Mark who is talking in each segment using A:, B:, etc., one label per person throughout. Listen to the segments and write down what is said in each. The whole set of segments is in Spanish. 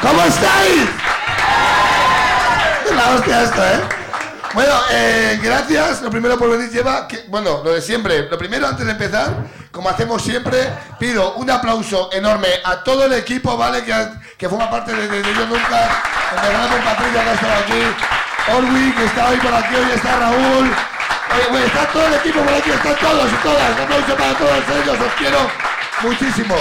A: ¿Cómo estáis? La hostia esto, ¿eh? Bueno, eh, gracias. Lo primero por venir lleva, que- bueno, lo de siempre. Lo primero antes de empezar, como hacemos siempre, pido un aplauso enorme a todo el equipo, ¿vale? Que, que forma parte de, de- de Yo Nunca, empezando por Patricia que ha estado aquí, Orwi que está hoy por aquí, hoy está Raúl. Oye, güey, está todo el equipo por aquí, están todos y todas. Un aplauso para todos ellos, os quiero muchísimo.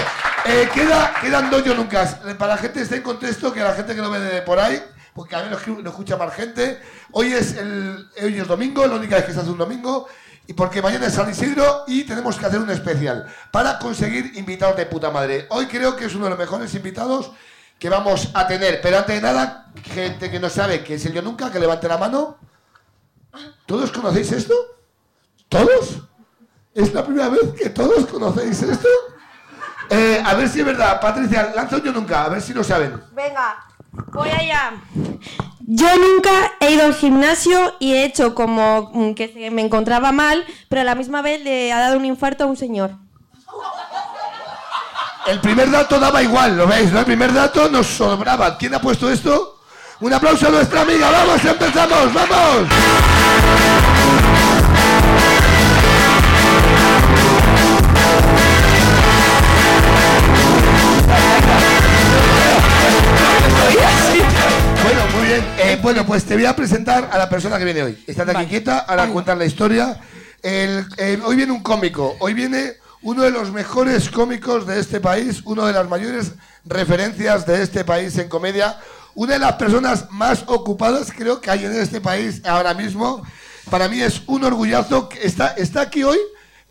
A: Eh, queda, quedan dos Yo Nunca. Eh, Para la gente que esté en contexto, que la gente que lo ve de por ahí, porque a mí lo, escri- lo escucha más gente. Hoy es el hoy es domingo, la única vez que se hace un domingo, y porque mañana es San Isidro y tenemos que hacer un especial para conseguir invitados de puta madre. Hoy creo que es uno de los mejores invitados que vamos a tener, pero antes de nada, gente que no sabe que es el yo nunca, que levante la mano. ¿Todos conocéis esto? ¿Todos? ¿Es la primera vez que todos conocéis esto? Eh, a ver si es verdad, Patricia, lanza un yo nunca, a ver si lo saben.
B: Venga, voy allá. Yo nunca he ido al gimnasio y he hecho como mm, que se- me encontraba mal, pero a la misma vez le ha dado un infarto a un señor.
A: El primer dato daba igual, ¿lo veis? no? El primer dato nos sobraba. ¿Quién ha puesto esto? Un aplauso a nuestra amiga. ¡Vamos, empezamos! ¡Vamos! Bueno, muy bien. Eh, bueno, pues te voy a presentar a la persona que viene hoy. Estate aquí quieta, ahora cuentan la historia. El- el- hoy viene un cómico. Hoy viene uno de los mejores cómicos de este país, una de las mayores referencias de este país en comedia, una de las personas más ocupadas creo que hay en este país ahora mismo. Para mí es un orgullazo. que Está, está aquí hoy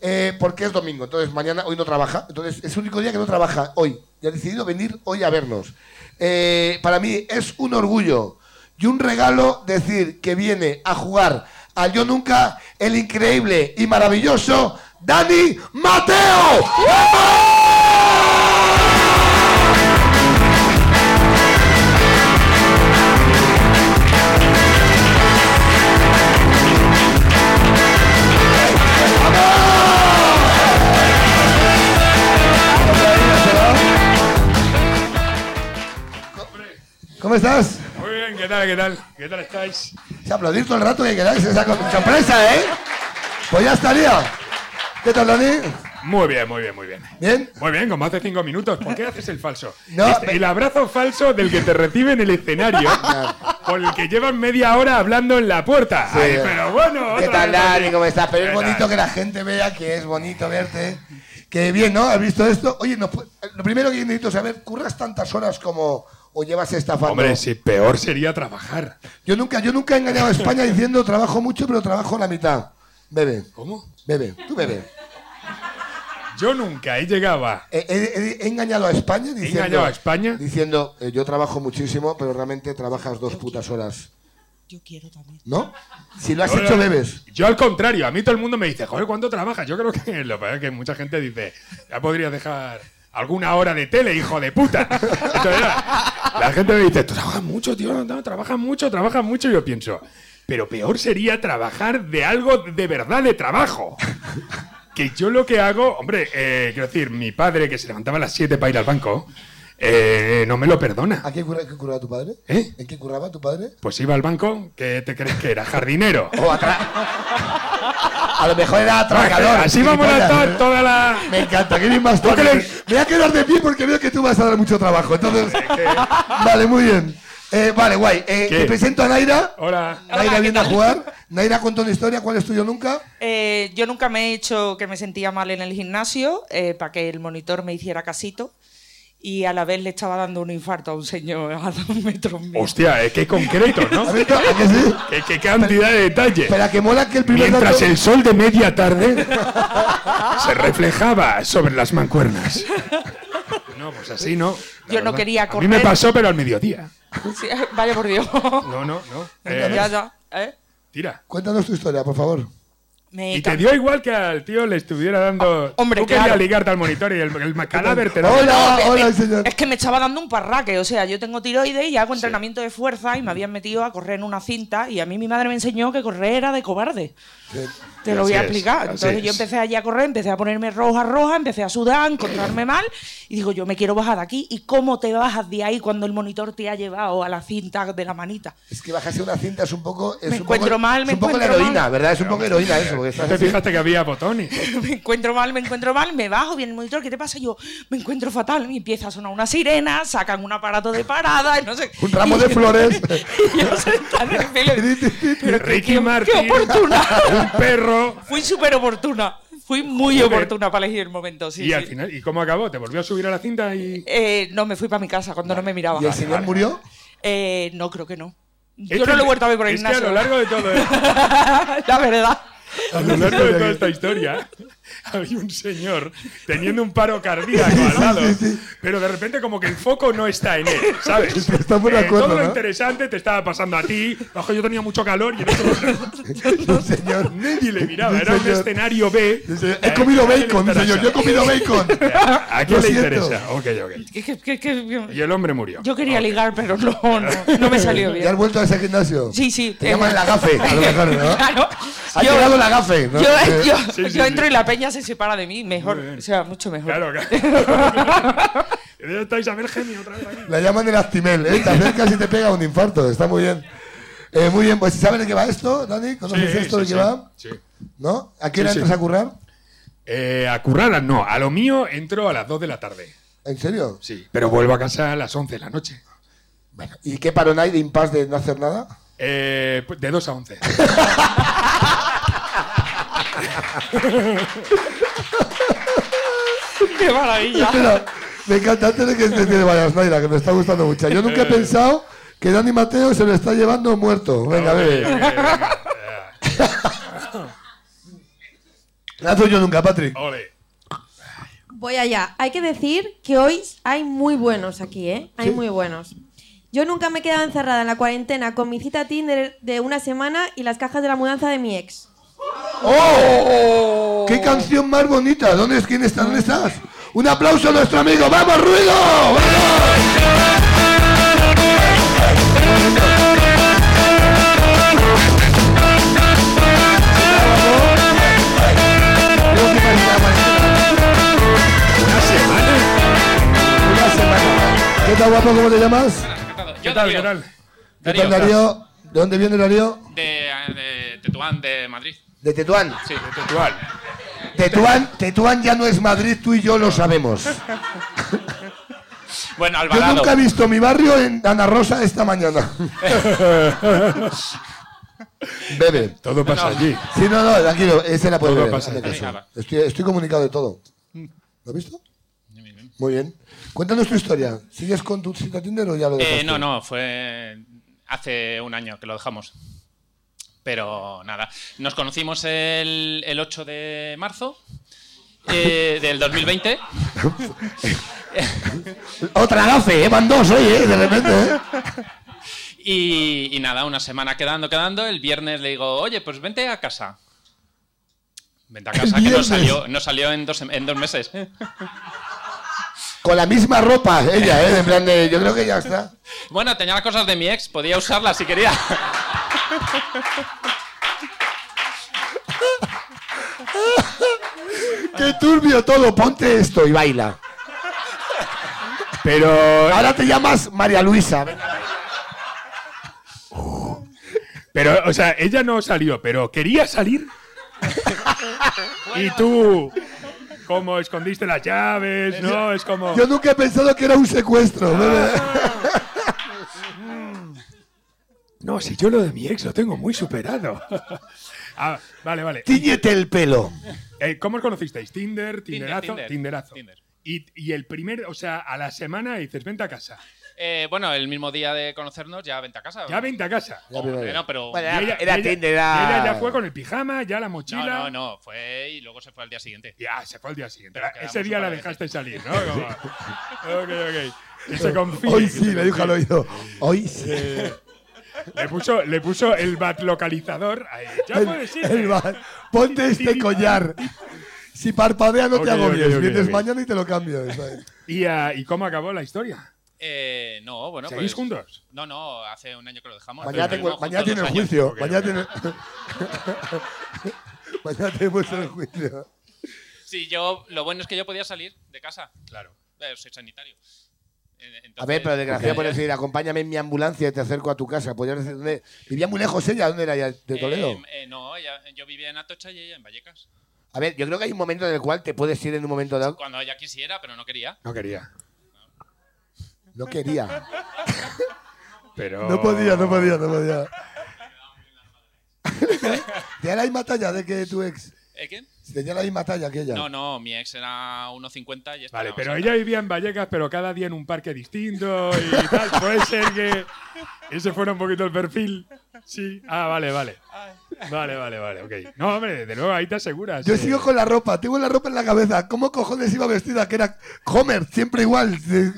A: eh, porque es domingo, entonces mañana, hoy no trabaja. Entonces es el único día que no trabaja hoy. Y ha decidido venir hoy a vernos. Eh, para mí es un orgullo y un regalo decir que viene a jugar al Yo Nunca el increíble y maravilloso Dani Mateo. ¿Cómo estás?
C: Muy bien, ¿qué tal? ¿Qué tal? ¿Qué tal estáis?
A: Se aplaudir todo el rato que queráis, esa co- sorpresa, ¿eh? Pues ya estaría. ¿Qué tal, Dani?
C: Muy bien, muy bien, muy bien.
A: ¿Bien?
C: Muy bien, como hace cinco minutos. ¿Por qué haces el falso?
A: No,
C: Este,
A: me-
C: El abrazo falso del que te recibe en el escenario, por el que llevan media hora hablando en la puerta.
A: Sí.
C: Ay, pero bueno,
A: ¿Qué
C: otra
A: tal,
C: vez aquí.
A: Dani? ¿Cómo estás? Pero es
C: ¿Qué tal?
A: bonito que la gente vea que es bonito verte. ¿eh? Que bien, ¿no? ¿Has visto esto? Oye, nos pu- lo primero que necesito saber, ¿curras tantas horas como o llevas estafando?
C: Hombre, si peor sería trabajar.
A: Yo nunca, yo nunca he engañado a España diciendo trabajo mucho, pero trabajo la mitad. Bebe,
C: ¿Cómo?
A: bebe, tú bebe.
C: Yo nunca he llegado a...
A: He, he- he- he engañado a España diciendo.
C: engañado a España?
A: Diciendo, eh, yo trabajo muchísimo, pero realmente trabajas dos putas horas.
D: Yo quiero también.
A: ¿No? Si lo has
C: No,
A: hecho,
C: no.
A: bebes.
C: Yo al contrario, a mí todo el mundo me dice, joder, ¿cuánto trabajas? Yo creo que lo que pasa es que mucha gente dice, ya podrías dejar alguna hora de tele, hijo de puta. Entonces, la, la gente me dice, tú trabajas mucho, tío, no, no, trabajas mucho, trabajas mucho. Y yo pienso, pero peor sería trabajar de algo de verdad de trabajo. Que yo lo que hago, hombre, eh, quiero decir, mi padre que se levantaba a las 7 para ir al banco, eh, no me lo perdona.
A: ¿A qué, curra- qué curraba tu padre?
C: ¿Eh?
A: ¿En qué curraba tu padre?
C: Pues iba al banco, ¿qué te crees que era? Jardinero.
A: O atra- A lo mejor era atracador.
C: Así vamos a estar
A: gilipollas.
C: toda la...
A: Me encanta, que bien más
C: ¿Tú
A: tarde.
C: crees?
A: Me voy a quedar de pie porque veo que tú vas a dar mucho trabajo. Entonces, vale, muy bien. Eh, vale, guay. Eh,
C: ¿Qué?
A: te presento a Naira.
C: Hola.
A: Naira viene a jugar. Naira contó una historia, ¿cuál es tuyo nunca?
D: Eh, yo nunca me he hecho que me sentía mal en el gimnasio para que el monitor me hiciera casito y a la vez le estaba dando un infarto a un señor a dos metros mío.
C: Hostia, eh, qué concreto, ¿no?
A: ¿Has visto? ¿A que sí?
C: qué, qué cantidad de detalle.
A: Pero a que mola que el primer
C: Mientras
A: dato-
C: el sol de media tarde se reflejaba sobre las mancuernas. No, pues así no. La
D: Yo no
C: verdad.
D: quería
C: A mí me
D: correr.
C: pasó, pero al mediodía.
D: Sí, vaya por Dios.
C: No, no, no. Eh,
D: Ya, ya, ¿eh?
C: tira.
A: Cuéntanos tu historia, por favor.
D: Me
C: Y te
D: cam-
C: dio igual que al tío le estuviera dando.
D: hombre,
C: Tú querías
D: claro.
C: ligarte al monitor y el, el cadáver te
A: Hola.
C: lo.
D: me-
A: hola,
D: me-
A: señor.
D: Es que me estaba dando un parraque, o sea, yo tengo tiroides y hago entrenamiento de fuerza y me habían metido a correr en una cinta y a mí mi madre me enseñó que correr era de cobarde. Te lo voy a
C: Así es,
D: explicar.
C: así
D: Entonces yo
C: es.
D: empecé allí a correr, empecé a ponerme roja, roja, empecé a sudar, a encontrarme mal y digo, yo me quiero bajar de aquí. ¿Y cómo te bajas de ahí cuando el monitor te ha llevado a la cinta de la manita?
A: Es que bajarse una cinta es un poco. Es
D: Me
A: un
D: encuentro
A: poco,
D: mal,
A: es
D: me
A: un poco la
D: encuentro
A: heroína,
D: mal.
A: ¿verdad? Es un poco heroína eso. Porque
C: ¿No
A: estás
C: te
A: así.
C: fijaste que había botones?
D: me encuentro mal, me encuentro mal, me bajo, viene el monitor, ¿qué te pasa? Y Yo me encuentro fatal, y empieza a sonar una sirena, sacan un aparato de parada, y no sé.
A: Un ramo de flores.
D: Y yo sentada en el filo, pero qué-
C: Ricky
D: qué-
C: Martin.
D: ¡Qué oportuna!
C: Un perro.
D: Fui súper oportuna, fui muy
C: Joder.
D: oportuna para elegir el momento, sí.
C: y al
D: sí.
C: final, ¿y cómo acabó? ¿Te volvió a subir a la cinta y.?
D: Eh, no, me fui para mi casa cuando no me miraba.
A: ¿Y el señor murió?
D: Eh, no, creo que no.
C: Es
D: Yo no
C: que-
D: lo he vuelto a ver por el
C: Es que a
D: gimnasio.
C: lo largo de todo esto-
D: La verdad.
C: A lo largo de toda esta historia había un señor teniendo un paro cardíaco al lado, pero de repente como que el foco no está en él, ¿sabes?
A: Es que estamos de
C: Eh,
A: acuerdo,
C: todo lo
A: ¿no?
C: interesante te estaba pasando a ti, ojo, yo tenía mucho calor y en eso
A: Sí, señor.
C: nadie le miraba,
A: Sí,
C: era un
A: señor.
C: escenario B.
A: Sí, señor. He comido
C: ¿A quién le
A: bacon,
C: interesa?
A: señor. Yo he comido bacon.
C: ¿A quién
A: Lo
C: le
A: siento.
C: interesa? Ok, ok.
D: Que- que- que- que-
C: Y el hombre murió.
D: yo quería ligar, pero no, no, no me salió
A: ¿Ya has
D: bien.
A: vuelto a ese gimnasio?
D: Sí, sí.
A: Te
D: eh,
A: llaman la gafe, a lo mejor, ¿no?
D: Claro.
A: Ha
D: Yo-
A: llegado la gafe, ¿no?
D: Yo,
A: Eh,
D: yo-
C: Sí, sí,
D: yo
C: sí.
D: entro y la peña se separa de mí, mejor.
C: Muy bien.
D: O sea, mucho mejor.
C: Claro, claro. Ya está Isabel Gemio otra vez aquí.
A: La llaman el Actimel, ¿eh? Te acercas y te pega un infarto. Está muy bien. Eh, muy bien, pues ¿saben de qué va esto, Dani? ¿Conoces
C: Sí,
A: esto
C: sí,
A: de qué
C: sí,
A: va?
C: sí.
A: ¿No? ¿A qué hora
C: Sí, sí.
A: entras a currar?
C: Eh, a currar, no. A lo mío entro a las 2 de la tarde.
A: ¿En serio?
C: Sí. Pero vuelvo a casa a las 11 de la noche.
A: Bueno, ¿y qué parón hay de impas de no hacer nada?
C: Eh, pues, de 2 a 11.
D: ¡Qué maravilla!
A: Espera, me encanta antes de que te tiene vaya Naira, que me está gustando mucho. Yo nunca he pensado que Dani Mateo se lo está llevando muerto. Venga, bebe. La hago yo nunca, Patrick.
C: Ole.
B: Voy allá. Hay que decir que hoy hay muy buenos aquí, ¿eh? Hay muy buenos. Yo nunca me he quedado encerrada en la cuarentena con mi cita Tinder de una semana y las cajas de la mudanza de mi ex.
A: ¡Oh! ¡Qué canción más bonita! ¿Dónde, es, quién está? ¿Dónde estás? ¡Un aplauso a nuestro amigo! ¡Vamos, ruido! ¡Vamos! Yo sí me imaginaba eso.
C: Una semana.
A: Una semana. ¿Qué tal, guapo? ¿Cómo te llamas?
C: ¿Qué tal, qué tal?
A: ¿Qué tal, Darío? ¿De dónde viene Darío?
E: De, de Tetuán, de Madrid.
A: De Tetuán.
E: Sí, de
C: Igual.
A: Tetuán. Tetuán ya no es Madrid, tú y yo lo sabemos.
E: Bueno,
A: Pues. Yo
E: Alvarado.
A: nunca he visto mi barrio en Ana Rosa esta mañana. Bebe.
C: Todo pasa
E: No.
C: allí.
A: Sí, no, no, tranquilo, ese la puede
C: Todo
A: beber,
C: pasa.
A: hazme caso.
E: Venga, va.
A: Estoy, estoy comunicado de todo. ¿Lo has visto? Muy bien. Cuéntanos tu historia. ¿Sigues con tu cita Tinder o ya lo dejaste?
E: Eh, no, no, fue hace un año que lo dejamos. Pero nada, nos conocimos el, el 8 de marzo eh, del 2020.
A: Otra gafe, ¿eh? van dos hoy, ¿eh? de repente. ¿eh?
E: Y, y nada, una semana quedando, quedando. El viernes le digo, oye, pues vente a casa. Vente a casa, que no
A: viernes?
E: salió, no salió en, dos, sem- en dos meses.
A: Con la misma ropa, ella, ¿eh? en plan de, yo creo que ya está.
E: Bueno, tenía las cosas de mi ex, podía usarlas si quería.
A: ¡Qué turbio todo! Ponte esto y baila.
C: Pero.
A: Ahora te llamas María Luisa.
C: Pero, o sea, ella no salió, pero quería salir. y tú. Como escondiste las llaves, ¿no? Ah. Es como.
A: Yo nunca he pensado que era un secuestro. bebé.
C: No, si yo lo de mi ex lo tengo muy superado. Ah, vale, vale.
A: Tíñete el pelo.
C: Eh, ¿Cómo os conocisteis? ¿Tinder? ¿Tinderazo?
E: Tinder,
C: tinderazo.
E: Tinder.
C: Y, y el primer, o sea, a la semana dices, vente a casa.
E: Eh, bueno, el mismo día de conocernos ya vente a casa.
C: Ya vente a casa.
E: Oh, hombre, no, pero
A: Bueno,
E: no,
A: Era-
C: Y ah.
A: era
C: y
A: Tinder, era-
C: y ella ya fue con el pijama, ya la mochila.
E: no, no, fue y luego se fue al día siguiente.
C: Ya, se fue al día siguiente.
E: Pero
C: La-
E: quedamos
C: Ese día la
E: otra vez.
C: dejaste salir, ¿no? Como- ok, ok. Que se confíe.
A: Hoy
C: que
A: sí,
C: se
A: le dijo al
C: confíe. Eh,
A: oído. Hoy sí.
C: Le puso, le puso el bat localizador. ahí. Ya
A: El-
C: puedes ir. eh.
A: el bar. Ponte este collar. Si parpadea no te
C: Ok, ok,
A: agobies.
C: ok,
A: Vienes
C: ok.
A: mañana y te lo cambio. ¿sabes?
C: ¿Y, ah, ¿Y cómo acabó la historia?
E: Eh, no, bueno.
C: ¿Seguís
E: pues-
C: juntos?
E: No, no, hace un año que lo dejamos.
A: Mañana,
E: Estuvimos
A: tengo-
E: juntos
A: mañana
E: dos
A: tiene el
E: años.
A: juicio.
C: Ok,
A: mañana
C: ok.
A: tiene. mañana tenemos el juicio.
E: Sí, yo, lo bueno es que yo podía salir de casa.
C: Claro.
E: Eh, Soy sanitario. Eh, entonces-
A: A ver, pero desgraciado por
E: Eh,
A: decir, acompáñame en mi ambulancia y te acerco a tu casa. Podrías decir, ¿dónde? Vivía muy lejos ella, ¿dónde era ella? ¿De Toledo?
E: eh, eh, no, ella- yo vivía en Atocha y ella en Vallecas.
A: A ver, yo creo que hay un momento en el cual te puedes ir en un momento dado.
E: Cuando ella quisiera, pero no quería.
C: No quería.
A: No quería.
C: Pero...
A: No podía, no podía, no podía. ¿Tenía la misma talla de que tu ex?
E: ¿Eh, qué?
A: ¿Tenía la misma talla que ella?
E: No, no, mi ex era 1,50 y esta
C: Vale,
E: era
C: pero
E: 1,60.
C: ella vivía en Vallecas, pero cada día en un parque distinto y tal. Puede ser que ese fuera un poquito el perfil. Sí. Ah, vale, vale. Vale, vale, vale, ok. No, hombre, de nuevo ahí te aseguras.
A: Yo
C: eh.
A: sigo con la ropa, tengo la ropa en la cabeza. ¿Cómo cojones iba vestida? Que era Homer, siempre igual. De-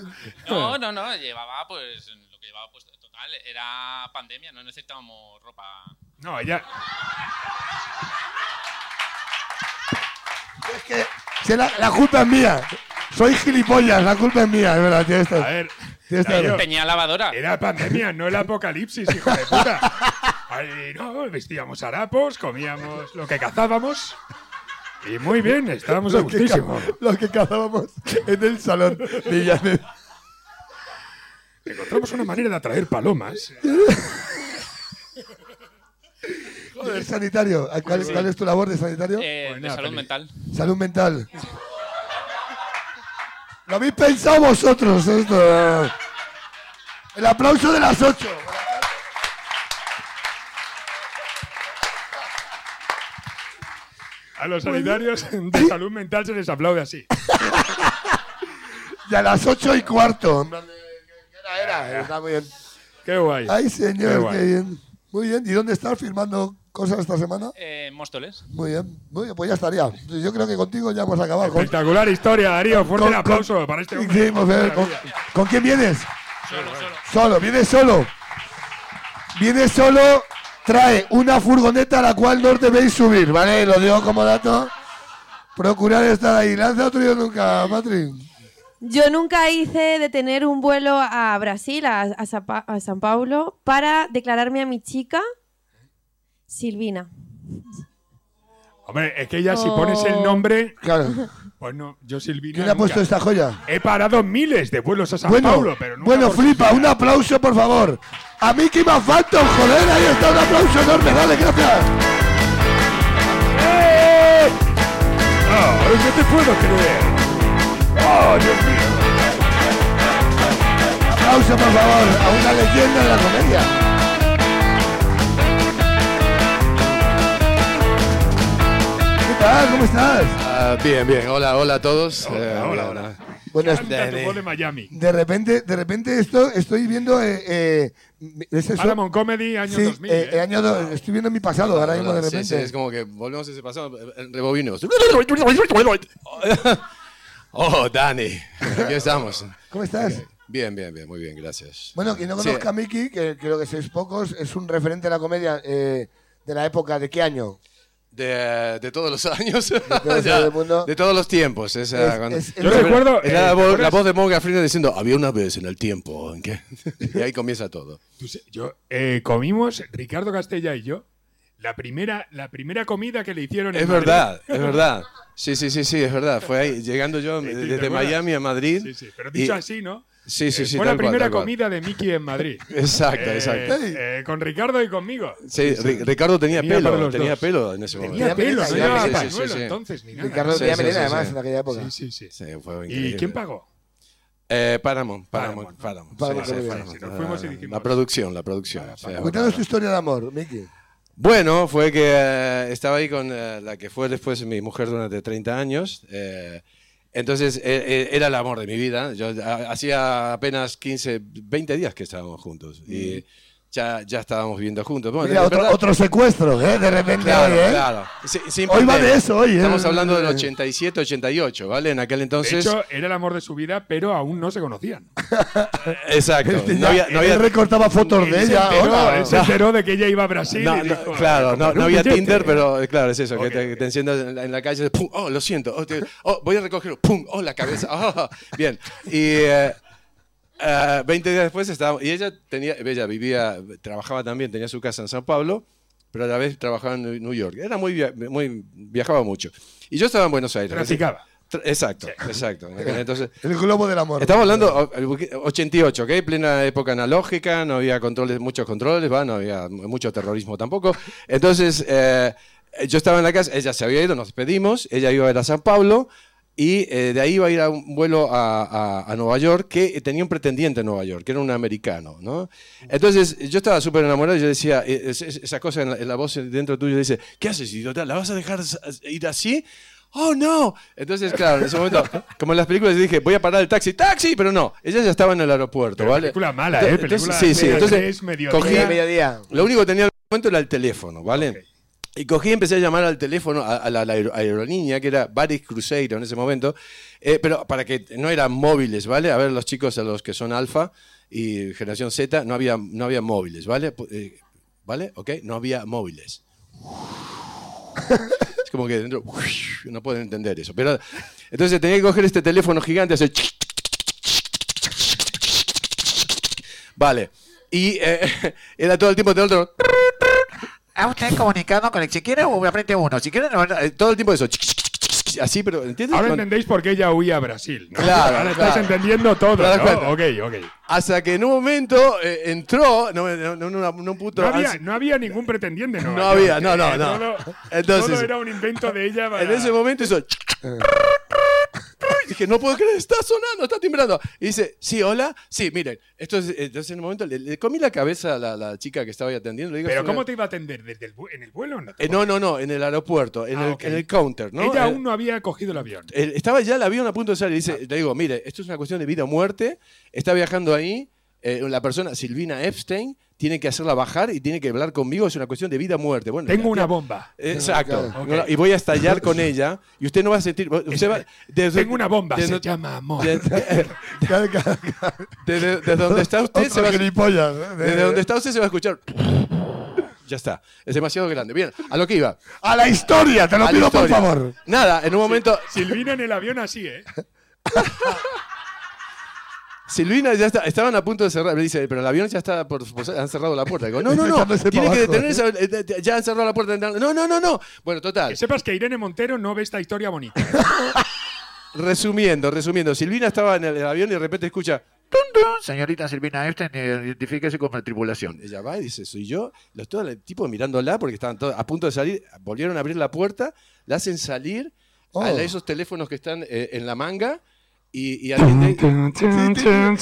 E: No, no, no, llevaba pues
C: Eh,
E: lo que llevaba puesto. Total, era pandemia, no necesitábamos ropa.
C: No, ella...
A: Es que se la, la culpa es mía. Soy gilipollas, la culpa es mía, es verdad, tío, esto.
C: A ver...
A: Tienes
C: claro,
A: razón.
E: Tenía lavadora.
C: Era pandemia, no el apocalipsis, hijo de puta. Ay, no, vestíamos harapos, comíamos lo que cazábamos. Y muy bien, estábamos a
A: Lo que, ca-
C: gustísimo.
A: lo que cazábamos en el salón de Llanes.
C: Encontramos una manera de atraer palomas.
A: Joder, sanitario. ¿A ¿Cuál, cuál es tu labor de sanitario?
E: eh,
C: Pues
E: de
C: nada,
E: salud
C: feliz.
E: mental.
A: Salud mental. Lo habéis pensado vosotros esto. El aplauso de las ocho.
C: A los sanitarios de salud mental se les aplaude así.
A: Y a las ocho y cuarto. En plan de- Era, era. Está muy bien.
C: Qué guay.
A: Ay,
C: Qué
A: señor,
C: guay.
A: qué bien. Muy bien. ¿Y dónde estás firmando cosas esta semana?
E: Eh, en Móstoles.
A: Muy bien. Muy bien, pues ya estaría. Yo creo que contigo ya hemos acabado. Con-
C: Espectacular historia, Darío. Fuerte
A: con-
C: el aplauso
A: con-
C: para este
A: Sí,
C: hombre.
A: por favor, con- ¿Con quién vienes?
E: Solo, solo.
A: Solo, viene solo. Viene solo, trae una furgoneta a la cual no os debéis subir, ¿vale? Lo digo como dato. Procurar estar ahí. Lanza otro yo nunca, Patri.
B: Yo nunca hice de tener un vuelo a Brasil, a, a Sa- Pa- a San Paulo, para declararme a mi chica Silvina.
C: Hombre, es que ya si pones el nombre.
A: Oh. Claro.
C: Pues no, yo Silvina.
A: ¿Quién le ha
C: nunca.
A: puesto esta joya?
C: He parado miles de vuelos a San
A: Bueno,
C: Paulo, pero nunca.
A: bueno
C: por
A: flipa, un
C: Silvina.
A: aplauso, por favor. A Mickey Mafalton, joder, ahí está, un aplauso enorme, dale, gracias.
C: ¡Eh! No, no te puedo creer. ¡Oh, Dios mío!
A: Aplauso, por favor, a una leyenda de la comedia. ¿Qué tal? ¿Cómo estás?
F: Ah, bien, bien. Hola, hola a todos. Eh,
C: hola,
F: bien,
C: hola.
F: ah.
A: Buenas
C: Canta tu voz de Miami.
A: De repente, de repente esto, estoy viendo eh, eh, ese su-
C: Paramount Comedy, año
A: sí,
C: 2000.
A: eh,
C: ¿eh?
A: el año do- estoy viendo mi pasado ahora mismo de
F: Sí,
A: repente.
F: sí, es como que volvemos a ese pasado. eh, eh, Rebobinos. Oh, Dani. Aquí estamos.
A: ¿Cómo estás?
F: Bien, bien, bien. Muy bien, gracias.
A: Bueno, quien no
F: Sí.
A: conozca a Miki, que creo que sois pocos, es un referente de la comedia eh, de la época, ¿de qué año?
F: De, de todos los años.
A: los
F: Ya,
A: del mundo.
F: de todos los tiempos. esa-
A: Es-
F: cuando-
A: es-
C: Yo recuerdo,
F: Era la,
C: eh,
F: voz-
C: ¿te acuerdas?
F: la voz de Morgan Freeman diciendo, había una vez en el tiempo. ¿en qué?" y ahí comienza todo.
C: Tú sé- Yo, eh, comimos, Ricardo Castella y yo, la primera, la primera comida que le hicieron en
F: Es
C: Madrid.
F: verdad, es verdad. Sí, sí, sí, sí, es verdad. Fue ahí, llegando yo
C: Sí, sí, ¿te
F: desde
C: acuerdas?
F: Miami a Madrid.
C: Sí, sí, pero
F: y-
C: dicho así, ¿no?
F: Sí, sí,
C: Eh,
F: sí.
C: Fue la
F: tal cual,
C: primera
F: tal cual.
C: comida de Mickey en Madrid.
F: Exacto,
C: Eh,
F: exacto.
C: eh, con Ricardo y conmigo.
F: Sí, Ri- Ricardo tenía,
C: Tenía para
F: pelo,
C: los
F: tenía
C: dos.
F: pelo en ese momento.
C: Tenía pelo,
A: Sí,
C: no
A: sí,
C: llevaba
A: sí, sí,
C: pañuelo
F: sí.
C: entonces ni nada.
A: Ricardo
F: Sí,
A: tenía
F: sí,
A: melena,
F: sí,
A: además,
F: sí.
A: en aquella época.
C: Sí, sí, sí.
F: Sí, fue
C: ¿Y
F: increíble.
C: quién pagó?
F: Eh, Paramount, Paramount,
C: Paramount.
F: Paramount.
A: Paramount,
F: Sí, sí,
A: sí,
F: Paramount.
C: sí, nos fuimos y
F: Ah,
C: dijimos-
F: La producción, la producción. sí,
A: Cuéntanos tu
F: Paramount.
A: historia de amor, Miki.
F: Bueno, fue que eh, estaba ahí con eh, la que fue después mi mujer durante 30 años. eh, entonces eh, eh, era el amor de mi vida. Yo ah, hacía apenas 15, 20 días que estábamos juntos. Y ya, ya estábamos viviendo juntos. Bueno,
A: Mira,
F: de
A: otro,
F: verdad-
A: otro secuestro, ¿eh? De repente
F: Claro,
A: hoy, ¿eh?
F: claro. Sí, sin
A: Hoy va
F: pandemia.
A: de eso, hoy, ¿eh?
F: Estamos hablando del 87, 88, ¿vale? En aquel
C: De
F: entonces.
C: hecho, era el amor de su vida, pero aún no se conocían.
F: Exacto.
A: Este
F: No
A: ya-
F: había, no había-
A: él recortaba fotos
C: Él
A: de
C: se
A: ella.
C: enteró,
A: hola.
C: él se enteró de que ella iba a Brasil.
F: no,
C: y
F: no,
C: dijo,
F: claro, no, no
C: "Compré un
F: había
C: billete".
F: Tinder, pero eh, claro, es eso,
C: Ok,
F: que te,
C: ok.
F: te enciendas en la, en la calle, pum, oh, lo siento, oh, te- oh, voy a recogerlo, pum, oh, la cabeza, ah, bien. Y eh, eh, 20 días después estábamos, y ella tenía, ella vivía, trabajaba también, tenía su casa en San Pablo, pero a la vez trabajaba en New- New York. Era muy, via- muy viajaba mucho. Y yo estaba en Buenos Aires.
C: Traficaba.
F: Tra- Exacto, exacto. Entonces,
A: El globo del amor.
F: Estamos hablando o- 88, ¿ok? Plena época analógica, no había controles, muchos controles, va, no había mucho terrorismo tampoco. Entonces, eh, yo estaba en la casa, ella se había ido, nos despedimos, ella iba a ir a San Pablo y eh, de ahí iba a ir a un vuelo a, a- a Nueva York que tenía un pretendiente en Nueva York, que era un americano, ¿no? Entonces, yo estaba súper enamorado y yo decía, eh, es- es- esa cosa en la, en la voz dentro tuyo dice, ¿qué haces, idiota? ¿La vas a dejar s- ir así? ¡Oh, no! Entonces, claro, en ese momento, como en las películas, dije, voy a parar el taxi, ¡taxi! Pero no, ella ya estaba en el aeropuerto,
C: Pero
F: ¿vale?
C: película mala,
F: Ento-
C: ¿eh? Película
F: sí, sí.
C: media
F: Entonces,
C: tres, mediodía.
F: cogí,
C: Día-
G: mediodía.
F: lo único que tenía en el momento era el teléfono, ¿vale? Y cogí y empecé a llamar al teléfono, a, a la, la aer- aerolínea, que era Baris Cruzeiro en ese momento, eh, pero para que no eran móviles, ¿vale? A ver, los chicos a los que son alfa y generación Z, no había, no había móviles, ¿vale? Pu- eh, ¿Vale? ¿Ok? No había móviles. Es como que dentro, no pueden entender eso. Pero, entonces tenía que coger este teléfono gigante, hacer... Vale. Y eh, era todo el tiempo de otro.
G: ¿A usted comunicando con el si quiere o aprende uno? Si quiere, no, no,
F: eh, Todo el tiempo eso. Así, pero ¿entiendes?
C: Ahora
F: Con-
C: entendéis por qué ella huía a Brasil. ¿no?
F: Claro,
C: Ahora estás
F: claro.
C: entendiendo todo.
F: Te das
C: ¿no?
F: cuenta.
C: Ok, ok.
F: Hasta que en un momento eh, entró. No, no, no, no, no, no, puto.
C: No había,
F: ans-
C: no había ningún pretendiente, ¿no? eh,
F: No había, no, no, no.
C: Todo,
F: Entonces-
C: todo era un invento de ella. para-
F: En ese momento hizo. Dije, no puedo creer, está sonando, está timbrando. Y dice, sí, hola. Sí, miren. Esto es, entonces, en un momento le, le comí la cabeza a la, la chica que estaba ahí atendiendo. le digo,
C: Pero
F: "Señora".
C: ¿cómo te iba a atender? ¿Desde el vu- ¿En el vuelo? o No,
F: Eh, no, no, no, en el aeropuerto, en,
C: Ah,
F: el,
C: ok.
F: en el counter, ¿no?
C: Ella
F: Eh,
C: aún no había cogido el avión.
F: Él- estaba ya el avión a punto de salir. Dice, le digo, mire, esto es una cuestión de vida o muerte. Está viajando ahí. eh, la persona, Silvina Epstein, tiene que hacerla bajar y tiene que hablar conmigo. Es una cuestión de vida o muerte. Bueno,
C: Tengo
F: la
C: una
F: tía-
C: bomba.
F: Exacto.
C: Ok.
F: No, no, Y voy a estallar con ella. Y usted no va a sentir. usted va- desde-
C: Tengo una bomba.
F: desde-
C: Se llama amor.
F: desde-
A: Claro, claro, claro.
F: desde- desde donde está usted se
A: Otro
F: va a
A: gilipollas, ¿eh?
F: desde donde está usted se va a escuchar. Ya está. Es demasiado grande. Bien, a lo que iba.
A: A la historia, te lo
F: A la
A: pido por
F: historia.
A: favor.
F: Nada, en un momento.
C: Silvina en el avión así, ¿eh?
F: Silvina ya está, estaban a punto de cerrar. Me dice, pero el avión ya está por, por- han cerrado la puerta. Digo, no, no, no.
A: Sacándose
F: Tiene
A: pa'
F: que
A: abajo,
F: detener esa- eh, eh, Ya han cerrado la puerta. No, no, no, no. Bueno, total.
C: Que sepas que Irene Montero no ve esta historia bonita.
F: Resumiendo, resumiendo. Silvina estaba en el avión y de repente escucha.
G: señorita Silvina Epstein, identifíquese como tripulación.
F: Ella va y dice, soy yo. Los todos los tipos mirándola porque estaban todos a punto de salir. Volvieron a abrir la puerta, la hacen salir
A: Oh.
F: a esos teléfonos que están eh, en la manga y, y alguien te-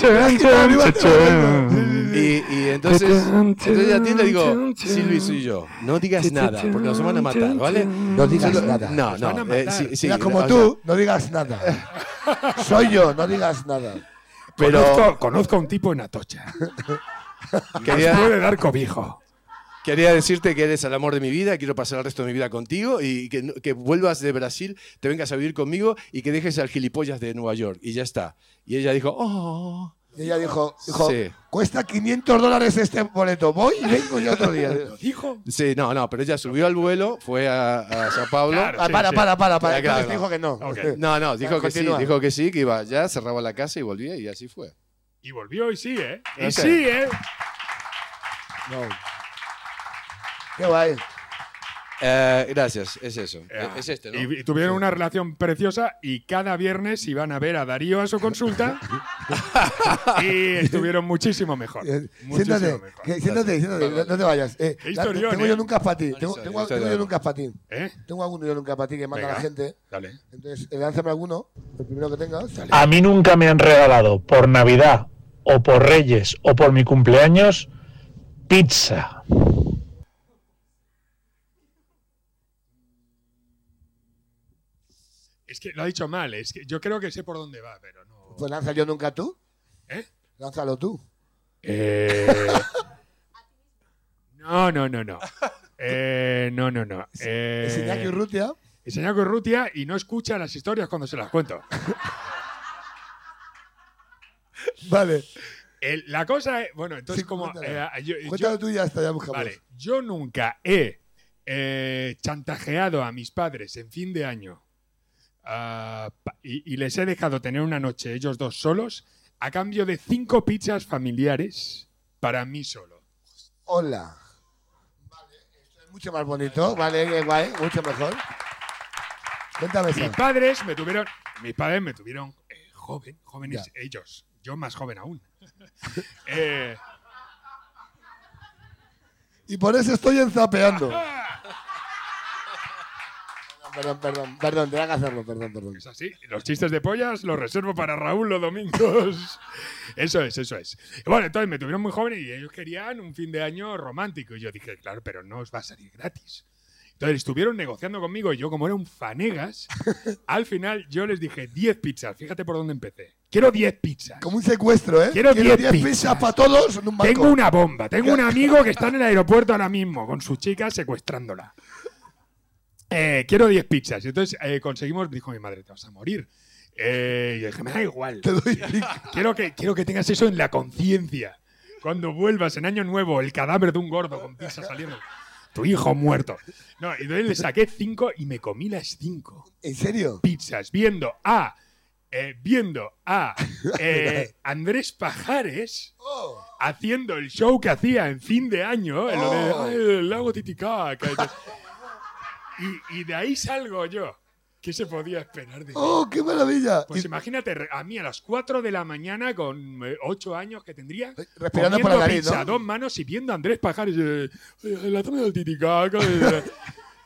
F: Y, y entonces, entonces a ti le digo, Silvi, soy yo. No digas nada, porque nos van a matar, ¿vale?
G: No digas
F: Solo-
G: nada.
F: No,
C: van a
F: no. eh,
C: matar.
F: sí, sí,
A: Mira,
F: o
A: como
F: sea,
A: tú, no digas nada. Soy yo, no digas nada.
F: Pero
C: Conozco, conozco a un tipo en Atocha. Nos
F: quería,
C: puede dar cobijo.
F: quería decirte que eres el amor de mi vida, quiero pasar el resto de mi vida contigo y que, no- que vuelvas de Brasil, te vengas a vivir conmigo y que dejes al gilipollas de Nueva York. Y ya está. Y ella dijo, oh.
A: Y ella dijo, dijo,
F: Sí.
A: cuesta 500 dólares este boleto. Voy y vengo yo otro día.
C: ¿Dijo?
F: Sí, no, no, pero ella subió al vuelo, fue a, a Sao Paulo.
C: Claro.
A: Ah,
C: Sí,
A: para,
C: sí.
A: para, para, para.
F: Ya, claro,
A: Entonces dijo que no.
C: Ok.
F: No, no, dijo que sí,
A: Continúa.
F: dijo que sí, que iba allá, cerraba la casa y volvía y así fue.
C: Y volvió y sí, ¿eh? Y
F: No sé.
C: sí, ¿eh?
A: No. Qué guay.
F: Eh, gracias, es eso.
C: Ah,
F: Es este, ¿no?
C: y, y tuvieron una relación preciosa y cada viernes iban a ver a Darío a su consulta y estuvieron muchísimo mejor.
A: Eh,
C: Muchísimo
A: Siéntate,
C: mejor.
A: que- siéntate, siéntate, no, no te vayas. Eh,
C: Qué
A: la-
C: historión,
A: tengo
C: eh.
A: yo nunca para ti. Tengo,
F: historia,
A: tengo-
F: historia.
A: tengo yo nunca para ti.
C: ¿Eh?
A: Tengo alguno yo nunca para ti que manda a la
C: Venga.
A: gente.
C: Dale.
A: Entonces, eh, lánzame alguno, el primero que tengas.
H: A mí nunca me han regalado por Navidad o por Reyes o por mi cumpleaños pizza.
C: Es que lo ha dicho mal, es que yo creo que sé por dónde va, pero no.
A: Pues lanza yo nunca tú.
C: ¿Eh?
A: Lánzalo tú.
C: Eh, No, no, no, no. Eh, no, no, no. Eh,
A: Es Iñaki Urrutia.
C: es Iñaki Urrutia y no escucha las historias cuando se las cuento.
A: Vale.
C: El- la cosa es, bueno, entonces
A: Sí,
C: como...
A: cuéntala.
C: eh, yo- yo-
A: Cuéntalo tú y ya está, ya buscamos.
C: Vale, yo nunca he eh, chantajeado a mis padres en fin de año ah, pa- y, y les he dejado tener una noche ellos dos solos a cambio de cinco pizzas familiares para mí solo.
A: Hola. Vale, esto es mucho más bonito. Vale, qué guay, mucho mejor. Cuéntame
C: Mis
A: esa.
C: padres me tuvieron, mis padres me tuvieron eh, joven, jóvenes
A: Ya.
C: ellos, yo más joven aún. Eh,
A: Y por eso estoy enzapeando. Perdón, perdón, perdón, tenía que hacerlo, perdón, perdón.
C: Es así. Los chistes de pollas los reservo para Raúl los domingos. Eso es, eso es. Y Bueno, entonces me tuvieron muy joven y ellos querían un fin de año romántico. Y yo dije, claro, pero no os va a salir gratis. Entonces estuvieron negociando conmigo y yo, como era un fanegas, al final yo les dije 10 pizzas. Fíjate por dónde empecé. Quiero 10 pizzas.
A: Como un secuestro, ¿eh?
C: Quiero diez
A: 10
C: pizzas.
A: pizzas para todos en un banco.
C: Tengo una bomba, tengo un amigo que está en el aeropuerto ahora mismo con su chica secuestrándola. Eh, quiero 10 pizzas. Y entonces eh, conseguimos, dijo mi madre, te vas a morir. Eh, y yo dije, me da igual.
A: Te doy cinco.
C: Quiero que, quiero que tengas eso en la conciencia. Cuando vuelvas en año nuevo, el cadáver de un gordo con pizza saliendo. Tu hijo muerto. No, y entonces le saqué 5 y me comí las 5
A: ¿En serio?
C: pizzas viendo a eh, viendo a eh, Andrés Pajares
A: Oh.
C: haciendo el show que hacía en fin de año ¿eh? en lo de
A: Oh.
C: "Ay, el lago Titicaca y, y de ahí salgo yo ¿qué se podía esperar de mí?
A: ¡Oh, qué maravilla!
C: Pues
A: Y-
C: imagínate re- a mí a las 4 de la mañana con 8 años que tendría
A: Respirando
C: comiendo
A: por la nariz,
C: pizza
A: ¿no?
C: a dos manos y viendo a Andrés Pajares eh, "Ay, la zona del Titicaca eh".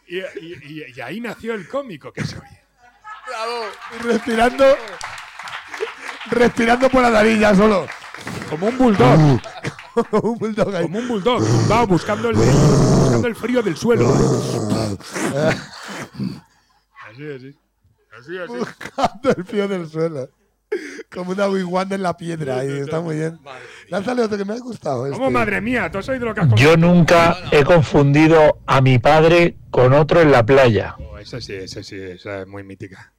C: y, y- y- y ahí nació el cómico que soy
A: respirando. Respirando por la nariz ya solo.
C: como un bulldog
A: Como un bulldog ahí.
C: Uh. Como un bulldog, va buscando el, buscando el frío del suelo. así, así. Así, así.
A: Buscando el pie del suelo. Como una wiguanda en la piedra. ahí, está muy bien. Lánzale otro que me ha gustado. este.
C: Como madre mía, tú soy de lo que has comido.
H: Yo nunca he confundido a mi padre con otro en la playa.
C: Oh, esa sí, esa sí, esa es muy mítica.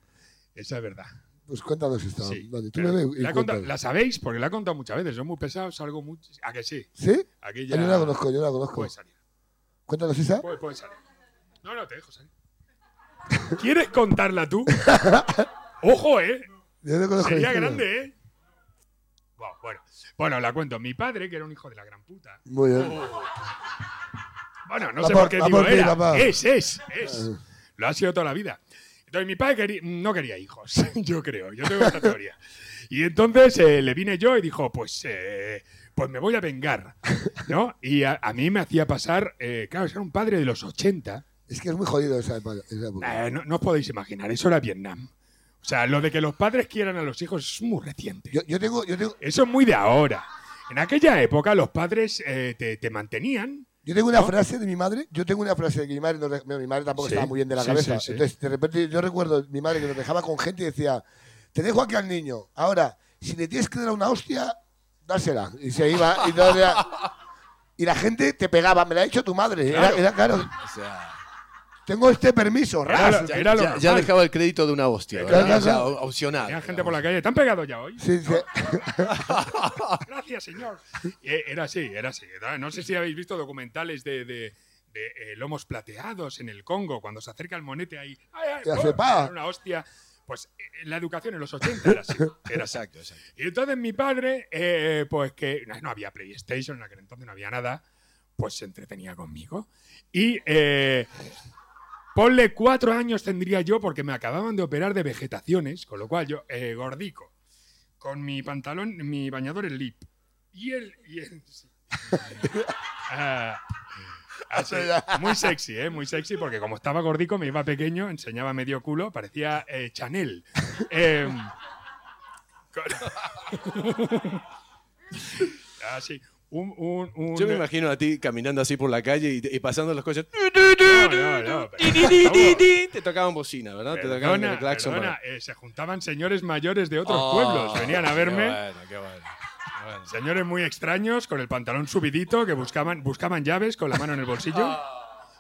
C: Esa es verdad.
A: Pues cuéntanos esta.
C: Sí.
A: Vale, tú
C: Pero
A: me ve y
C: la, he contado-
A: cuéntalo.
C: la sabéis porque la he contado muchas veces. Son muy pesados, salgo mucho. ¿A que sí?
A: ¿Sí?
C: Aquí
A: Ah,
C: ya.
A: Yo la conozco, yo la conozco.
C: Puede salir.
A: Cuéntanos esa.
C: Puede, puede salir. pues, No, no, te dejo salir. ¿Quieres contarla tú? Ojo, eh.
A: Yo la conozco.
C: Sería
A: yo creo.
C: grande, ¿eh? Bueno, bueno. Bueno, la cuento. Mi padre, que era un hijo de la gran puta.
A: Muy bien.
C: Bueno, no
A: Va
C: sé
A: por-
C: por qué
A: va
C: digo
A: por ti,
C: era.
A: papá.
C: Es, es, es. Lo ha sido toda la vida. Entonces, mi padre quería- no quería hijos, yo creo. Yo tengo esta teoría. Y entonces eh, le vine yo y dijo, pues, eh, pues me voy a vengar. ¿no? Y a, a mí me hacía pasar, eh, claro, era un padre de los 80.
A: Es que es muy jodido esa, epa- esa época.
C: Eh, no, no os podéis imaginar, eso era Vietnam. O sea, lo de que los padres quieran a los hijos es muy reciente.
A: Yo, yo tengo, yo tengo,
C: Eso es muy de ahora. En aquella época los padres eh, te, te mantenían.
A: yo tengo una frase de mi madre. Yo tengo una frase de que mi madre, no re- mi madre tampoco
C: Sí,
A: estaba muy bien de la
C: sí,
A: cabeza.
C: sí, sí.
A: Entonces, de repente, yo recuerdo mi madre que nos dejaba con gente y decía: Te dejo aquí al niño. Ahora, si le tienes que dar una hostia, dásela. Y se iba. Y, no era- y la gente te pegaba. Me la ha hecho tu madre. Era-
F: Claro.
A: era claro.
F: O sea,
A: Tengo este permiso.
C: Era
A: ras.
C: lo- era lo
F: ya, ya
C: normal.
F: dejaba el crédito de una hostia.
A: Claro,
F: ¿verdad?
A: claro,
F: O sea,
A: claro.
F: o- opcional.
C: Había gente por la calle. ¿Te han pegado ya hoy?
A: Sí, sí.
C: Gracias, señor. Eh, Era así, era así. Era- No sé si habéis visto documentales de, de- de, eh, lomos plateados en el Congo, cuando se acerca el monete ahí. ¡Ay, ay! oh.
A: Te hace
C: ¡pum!
A: pa.
C: Una hostia. Pues eh, la educación en los 80 era así. Era así.
F: Exacto, exacto.
C: Y entonces mi padre, eh, pues que no, no había PlayStation, en aquel entonces no había nada, pues se entretenía conmigo. Y eh, ponle cuatro años tendría yo porque me acababan de operar de vegetaciones, con lo cual yo, eh, gordico, con mi pantalón, mi bañador en lip. Y el... Y el- sí. Ah, así, muy sexy, ¿eh? Muy sexy porque como estaba gordico, me iba pequeño, enseñaba medio culo, parecía eh, Chanel. Em, con- Ah, sí. Un, un, un-
F: Yo me imagino a ti caminando así por la calle y, y pasando los coches.
C: No, no, no, pero-
F: Te tocaban bocina, ¿verdad? te tocaban
C: Perdona,
F: el claxon.
C: perdona,
F: para-
C: eh, se juntaban señores mayores de otros
F: Oh,
C: pueblos, venían a verme.
F: Qué bueno, Ah, qué bueno, qué bueno.
C: Señores muy extraños, con el pantalón subidito, que buscaban, buscaban llaves con la mano en el bolsillo.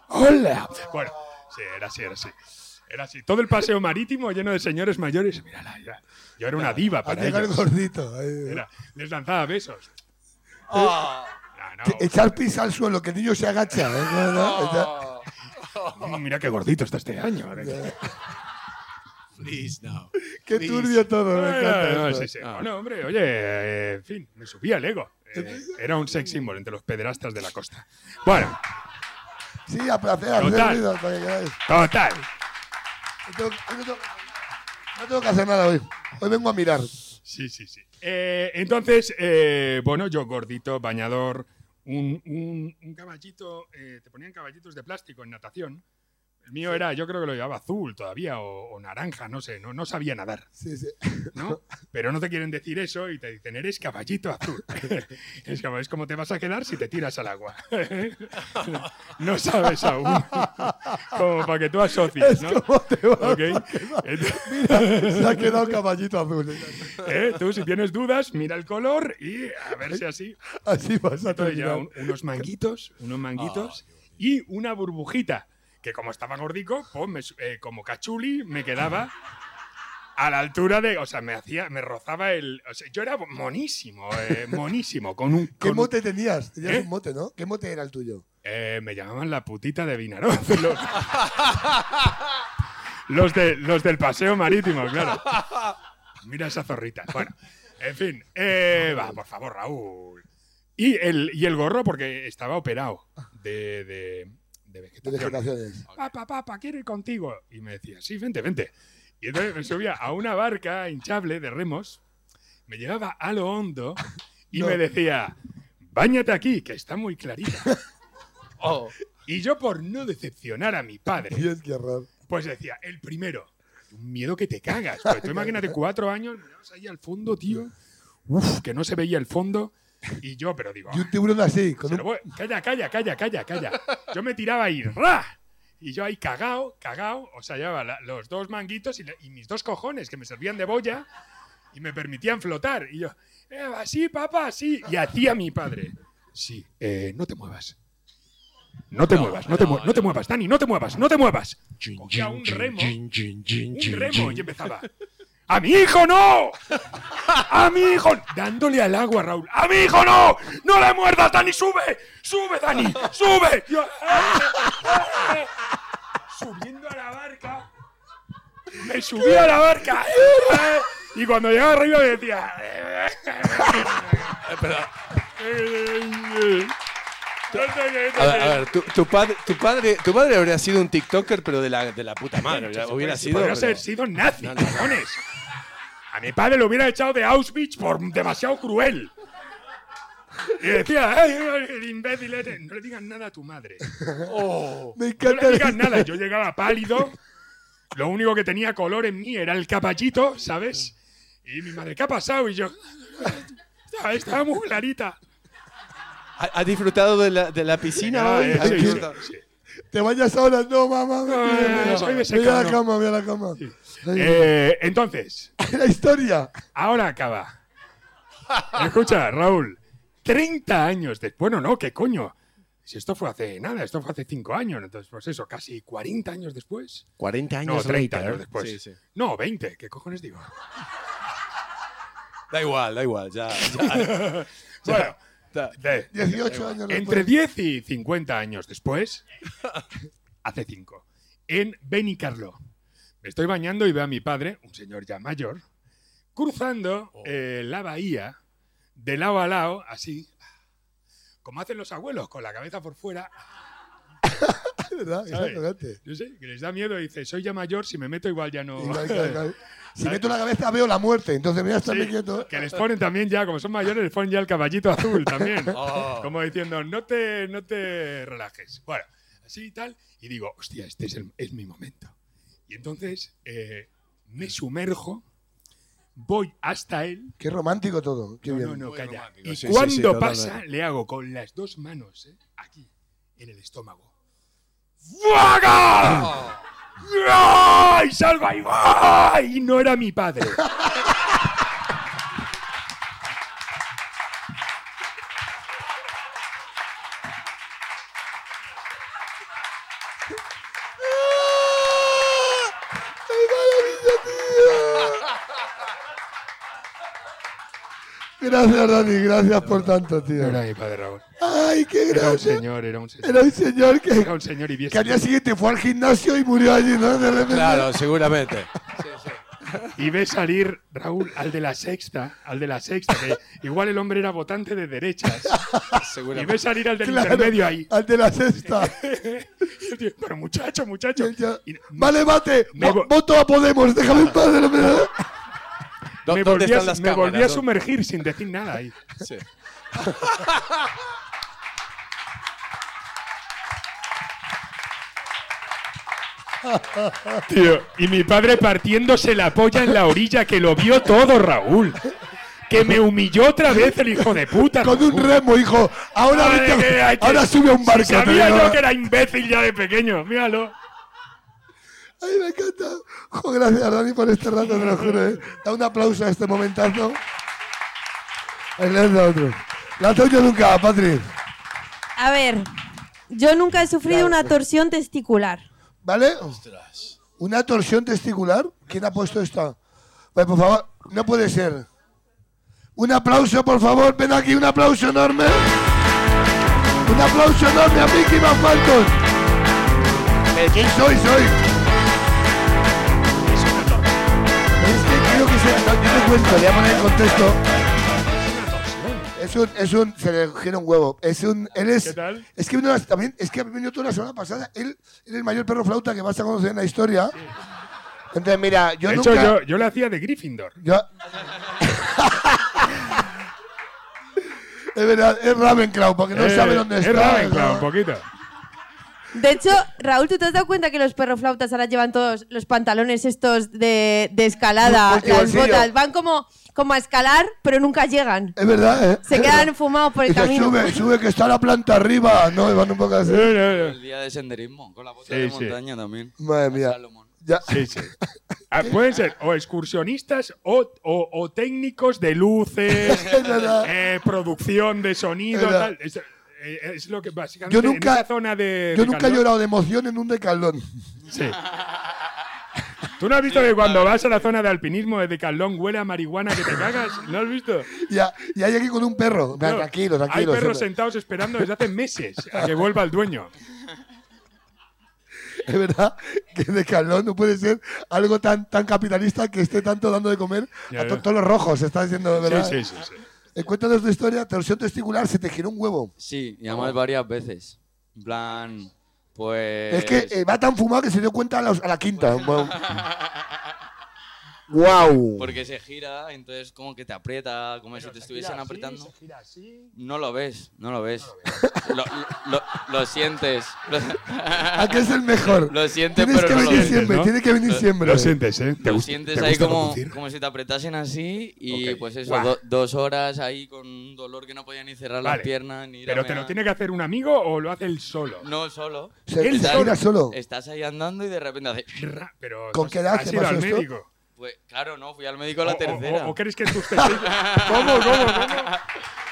C: ¡Hola! Bueno, sí, era así, era así. Era así, todo el paseo marítimo lleno de señores mayores. Mírala, ya. Yo era una diva
A: Al
C: para
A: llegar
C: ellos.
A: gordito. ahí.
C: Era- les lanzaba besos. Ah, no.
A: Que Echar pis al suelo, que el niño se agacha. ¿eh? No, no, está-
F: Oh.
C: Mm, Mira qué gordito está este año.
F: Please, no.
A: Qué
F: Please. Ah.
A: turbio todo, me encanta.
C: No, no,
A: esto.
C: sí, sí. Bueno, hombre, oye, eh, en fin, me subía el ego. Eh, era un sex symbol entre los pederastas de la costa. Bueno,
A: Sí, a placer, a hacer
C: Total.
A: ruido. para que queráis.
C: total.
A: No tengo- no tengo- no tengo que hacer nada hoy. Hoy vengo a mirar.
C: Sí, sí, sí. Eh, entonces, eh, bueno, yo gordito, bañador, un, un- un caballito, eh, te ponían caballitos de plástico en natación. El mío era, yo creo que lo llevaba azul todavía o, o naranja, no sé, no, no sabía nadar.
A: Sí, sí.
C: ¿no? Pero no te quieren decir eso y te dicen, eres caballito azul. es como, es como te vas a quedar si te tiras al agua. no sabes aún. como para que tú asocies,
A: Es
C: ¿no?
A: como te va.
C: Ok. Entonces-
A: Se ha quedado caballito azul.
C: ¿eh? Tú, si tienes dudas, mira el color y a ver si así.
A: Así vas a
C: Entonces ya
A: terminar. Ah.
C: un- unos manguitos, unos manguitos y una burbujita. Que como estaba gordico, pues me su- eh, como cachuli me quedaba a la altura de. O sea, me hacía, me rozaba el. o sea, yo era monísimo, eh, monísimo. Con un.
A: ¿Qué
C: con-
A: mote tenías? Tenías
C: ¿Eh?
A: un mote, ¿no? ¿Qué mote era el tuyo?
C: eh, me llamaban la putita de Vinaroz. Los, los de, los del paseo marítimo, claro. Mira esa zorrita. Bueno, en fin. eh, va, por favor, Raúl. Y el, y el gorro, porque estaba operado de, de, de
A: De
C: vegetación.
A: vegetaciones.
C: Papá, papá, quiero ir contigo. Y me decía, sí, vente, vente. Y entonces me subía a una barca hinchable de remos, me llevaba a lo hondo y
A: No.
C: me decía, báñate aquí, que está muy clarita.
E: Oh,
C: Y yo, por no decepcionar a mi padre,
A: Dios, qué horror.
C: pues decía, el primero, un miedo que te cagas. Pues tú imagínate cuatro años, mirabas ahí al fondo, tío, uf, que no se veía el fondo. Y yo, pero digo,
A: Y un tiburón así, con
C: se lo
A: un...
C: voy- calla, calla, calla, calla, calla. Yo me tiraba ahí, ¡ra! Y yo ahí cagao, cagao, o sea, llevaba la- los dos manguitos y, la- y mis dos cojones que me servían de boya y me permitían flotar. Y yo, eh, así, papá, así. Y hacía mi padre, sí, eh, no te muevas. No te muevas, no te, mue- no te muevas, Dani, no te muevas, no te muevas. Cogía un remo, un remo y empezaba. ¡A mi hijo no! ¡A mi hijo! Dándole al agua, Raúl. ¡A mi hijo no! ¡No le muerdas, Dani! ¡Sube! ¡Sube, Dani! ¡Sube! Yo, ¡eh! Subiendo a la barca. Me subí a la barca. ¡eh! Y cuando llegaba arriba me decía.
F: A ver, a ver, tu, tu padre, tu, padre, tu padre habría sido un TikToker, pero de la, de la puta madre. o sea, hubiera sido.
C: Podría
F: pero-
C: ser sido nazi,
F: No, no, no.
C: cojones. A mi padre lo hubiera echado de Auschwitz por demasiado cruel. Y decía, "Ay, ay, el imbécil eres". No le digas nada a tu madre.
A: Oh. Me
C: No
A: encanta.
C: le digas nada. Yo llegaba pálido. Lo único que tenía color en mí era el capachito, ¿sabes? Y mi madre, ¿qué ha pasado? Y yo, "Ah, estaba muy clarita.
F: ¿Ha- ¿Has disfrutado de la, de la piscina
C: Ah,
F: hoy?
C: eh,
F: ¿Has
C: sí, sí,
F: disfrutado?
C: sí.
A: Te vayas ahora, no, mamá. me
C: Ay,
A: pide, mira.
C: soy de
A: Voy a la
C: secano.
A: cama, voy a la cama. Ay,
C: Eh, entonces,
A: La historia.
C: Ahora acaba. Escucha, Raúl. 30 años después. Bueno, no, ¿qué coño? Si esto fue hace nada, esto fue hace 5 años. Entonces, pues eso, casi 40 años después.
F: 40 años.
C: No, 30
F: later.
C: años después.
F: Sí, sí.
C: No, 20, ¿qué cojones digo?
F: Da igual, da igual, ya. ya.
C: Bueno,
F: da-
C: de-
A: 18 años
C: entre
A: después.
C: 10 y 50 años después, hace 5, en Benicarlo. Me estoy bañando y veo a mi padre, un señor ya mayor, cruzando
A: Oh.
C: eh, la bahía de lado a lado, así, como hacen los abuelos, con la cabeza por fuera.
A: ¿verdad?
C: ¿sabes?
A: Exacto, fíjate.
C: Yo sé, que les da miedo y dice, soy ya mayor, si me meto igual ya no...
A: Igual, igual, igual. Si meto la cabeza veo la muerte, entonces voy a estarme
C: Sí,
A: quieto.
C: Que les ponen también ya, como son mayores, les ponen ya el caballito azul también.
A: Oh.
C: Como diciendo, no te, no te relajes. Bueno, así y tal. Y digo, hostia, este es, el- es mi momento. Y entonces eh, me sumerjo, voy hasta él.
A: Qué romántico todo. Qué
C: No,
A: bien.
C: no, no, calla.
F: romántico,
C: Y
F: sí, sí,
C: cuando
F: sí, totalmente.
C: pasa, le hago con las dos manos, ¿eh? aquí, en el estómago. ¡Fuaga! ¡Ay! ¡Salgo ahí!
A: Ah.
C: ¡Ay! Y no era mi padre.
A: Gracias, Dani, gracias por tanto, tío.
C: Era mi padre Raúl.
A: Ay, qué
C: Era un
A: gracia.
C: señor, era un señor.
A: Era un señor que,
C: Era un señor y
A: que
C: bestia.
A: al día siguiente fue al gimnasio y murió allí, ¿no? De repente.
F: Claro, seguramente.
C: Y ve salir Raúl al de la sexta, al de la sexta, que igual el hombre era votante de derechas. Y ve
F: seguramente.
C: salir al del
A: Claro,
C: intermedio ahí.
A: Al de la sexta.
C: Y el tío, Pero muchacho, muchacho.
A: Yo- yo-
C: Y no-
A: vale, mate.
C: Me
A: vo-
C: vo-
A: voto a Podemos. Déjame en paz. de verdad.
F: ¿Dó-
C: me
F: ¿Dónde
C: volví a-
F: están las
C: Me volví a
F: cámaras?
C: sumergir sin decir nada ahí.
F: Sí.
C: Tío, y mi padre partiéndose la polla en la orilla que lo vio todo, Raúl. Que me humilló otra vez el hijo de puta.
A: Con un
C: Raúl.
A: remo, hijo. Ahora,
C: Madre
A: vete-
C: que hay que-
A: ahora sube a un barco.
C: Si sabía
A: tío.
C: yo que era imbécil ya de pequeño, míralo.
A: Ay, me encanta. Jo, gracias, Dani, por este rato, te lo juro. ¿eh? Da un aplauso a este momentazo. El da otro. La tuya nunca, Patrick.
B: A ver, yo nunca he sufrido una torsión testicular.
A: ¿Vale? ¿Eh? ¿Una torsión testicular? ¿Quién ha puesto esta? Vale, Pues, por favor, no puede ser. Un aplauso, por favor, ven aquí, un aplauso enorme. Un aplauso enorme a Mickey Van Falcon. ¿Quién soy? Soy. Es que creo que se. no, yo te cuento, le voy a poner en contexto. Es un, es un, se le gira un huevo. Es un, él es,
C: ¿Qué tal?
A: es que vino, la- también, es que ha venido tú la semana pasada. Él, él es el mayor perro flauta que vas a conocer en la historia. Entonces, mira, yo
C: de
A: nunca.
C: hecho, yo, yo le hacía de Gryffindor.
A: Yo- es verdad, es Ravenclaw, porque no
C: Eh,
A: sabe dónde
C: es
A: está.
C: Ravenclaw,
A: ¿no?
C: un poquito.
B: De hecho, Raúl, ¿tú te has dado cuenta que los perroflautas ahora llevan todos los pantalones estos de, de escalada,
A: Multi-
B: las
A: multibolsillo.
B: botas? Van como, como a escalar, pero nunca llegan.
A: Es verdad, ¿eh?
B: Se
A: Es
B: quedan
A: verdad.
B: fumados por el
A: Dice,
B: camino.
A: sube, sube, que está la planta arriba. No, van un poco así.
C: No, no, no.
I: El día de senderismo, con la bota
C: Sí,
I: de
C: sí.
I: montaña también.
A: Madre mía.
I: Salomón.
A: Ya.
C: Sí, sí. Ah, pueden ser o excursionistas o, o- o técnicos de luces,
A: Es verdad.
C: eh, producción de sonido,
A: Es verdad.
C: tal. Es, eh, es lo que básicamente
A: Yo nunca-
C: en esa zona Eh, de.
A: Yo
C: de
A: nunca he
C: calor-
A: llorado de emoción en un decalón.
C: Sí. ¿Tú no has visto que cuando vas a la zona de alpinismo de Decathlon huele a marihuana que te cagas? ¿No has visto?
A: Ya, ya llegué con un perro.
C: No.
A: tranquilo,
C: Hay
A: tranquilo.
C: perros
A: siempre.
C: sentados esperando desde hace meses a que vuelva el dueño.
A: Es verdad que decalón no puede ser algo tan, tan capitalista que esté tanto dando de comer a
C: Ya,
A: to-
C: ya.
A: todos los rojos. Está diciendo, ¿verdad?
C: Sí, sí, sí, sí.
A: Eh, Cuéntanos tu historia. Torsión testicular, se te giró un huevo.
I: Sí,
A: Ah.
I: y además varias veces. En plan, pues.
A: Es que eh, va tan fumado que se dio cuenta a, los- a la quinta. wow.
I: Porque se gira, entonces como que te aprieta, como si te estuviesen apretando. No lo ves, no lo ves. lo, lo- lo sientes.
A: ¿A qué Ah, es el mejor?
I: Lo sientes,
A: Tienes
I: pero
A: que
I: no lo
A: venir
C: sientes,
I: ves.
A: siempre,
C: ¿no?
A: tiene que venir
I: Lo-
A: siempre.
C: Lo sientes, ¿eh? ¿Te
I: Lo
C: gust-
I: sientes
C: te
I: ahí
C: gusta
I: como,
C: conducir?
I: como si te apretasen así y
C: Ok.
I: pues eso,
C: Guau.
I: do- dos horas ahí con un dolor que no podía ni cerrar
C: Vale.
I: las piernas ni ir a
C: ¿Pero te lo
I: mear.
C: tiene que hacer un amigo o lo hace él solo?
I: No solo.
A: Se,
C: Él
A: se
I: solo.
A: gira solo.
I: Estás ahí andando y de repente hace...
C: Ra- Pero
A: ¿Con
C: has-
A: qué edad
C: has
A: te
C: ido
A: pasó
C: al
A: esto?
C: médico?
I: Pues claro, no, fui al médico a
C: O-
I: la
C: o-
I: tercera.
C: O, o crees que tus testículos... ¿Cómo, cómo, cómo?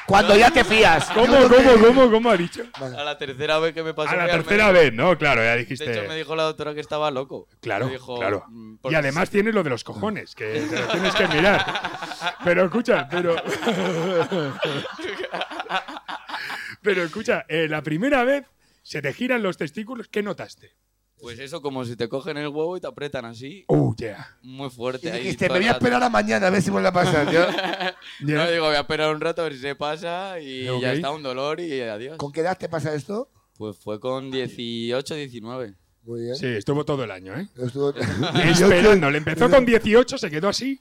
G: Cuando ya te fías.
C: ¿Cómo, cómo, cómo, cómo ha dicho?
I: A la tercera vez que me pasó.
C: A la
I: fui al
C: tercera
I: médico.
C: vez, ¿no? Claro, ya
I: De hecho, me
C: dijiste...
I: dijo la doctora que estaba loco.
C: Claro,
I: Me dijo,
C: claro.
I: "Mm,
C: Y
I: porque
C: además tienes lo de los cojones, que te lo tienes que mirar. Pero escucha, pero... Pero escucha, eh, la primera vez se te giran los testículos, ¿qué notaste?
I: Pues eso, como si te cogen el huevo y te apretan así,
C: Oh, yeah.
I: muy fuerte.
A: Y
I: ahí
A: dijiste, me
I: todo el
A: voy a
I: rato".
A: esperar a mañana a ver si vuelve a pasar. Yo-
C: Yeah.
I: No, digo, voy a esperar un rato a ver si se pasa y
C: Ok.
I: ya está un dolor y adiós.
A: ¿Con qué edad te pasa esto?
I: Pues fue con 18, 19.
A: Muy bien.
C: Sí, estuvo todo el año, ¿eh?
A: Estuvo-
C: Esperando. Le empezó con 18, se quedó así.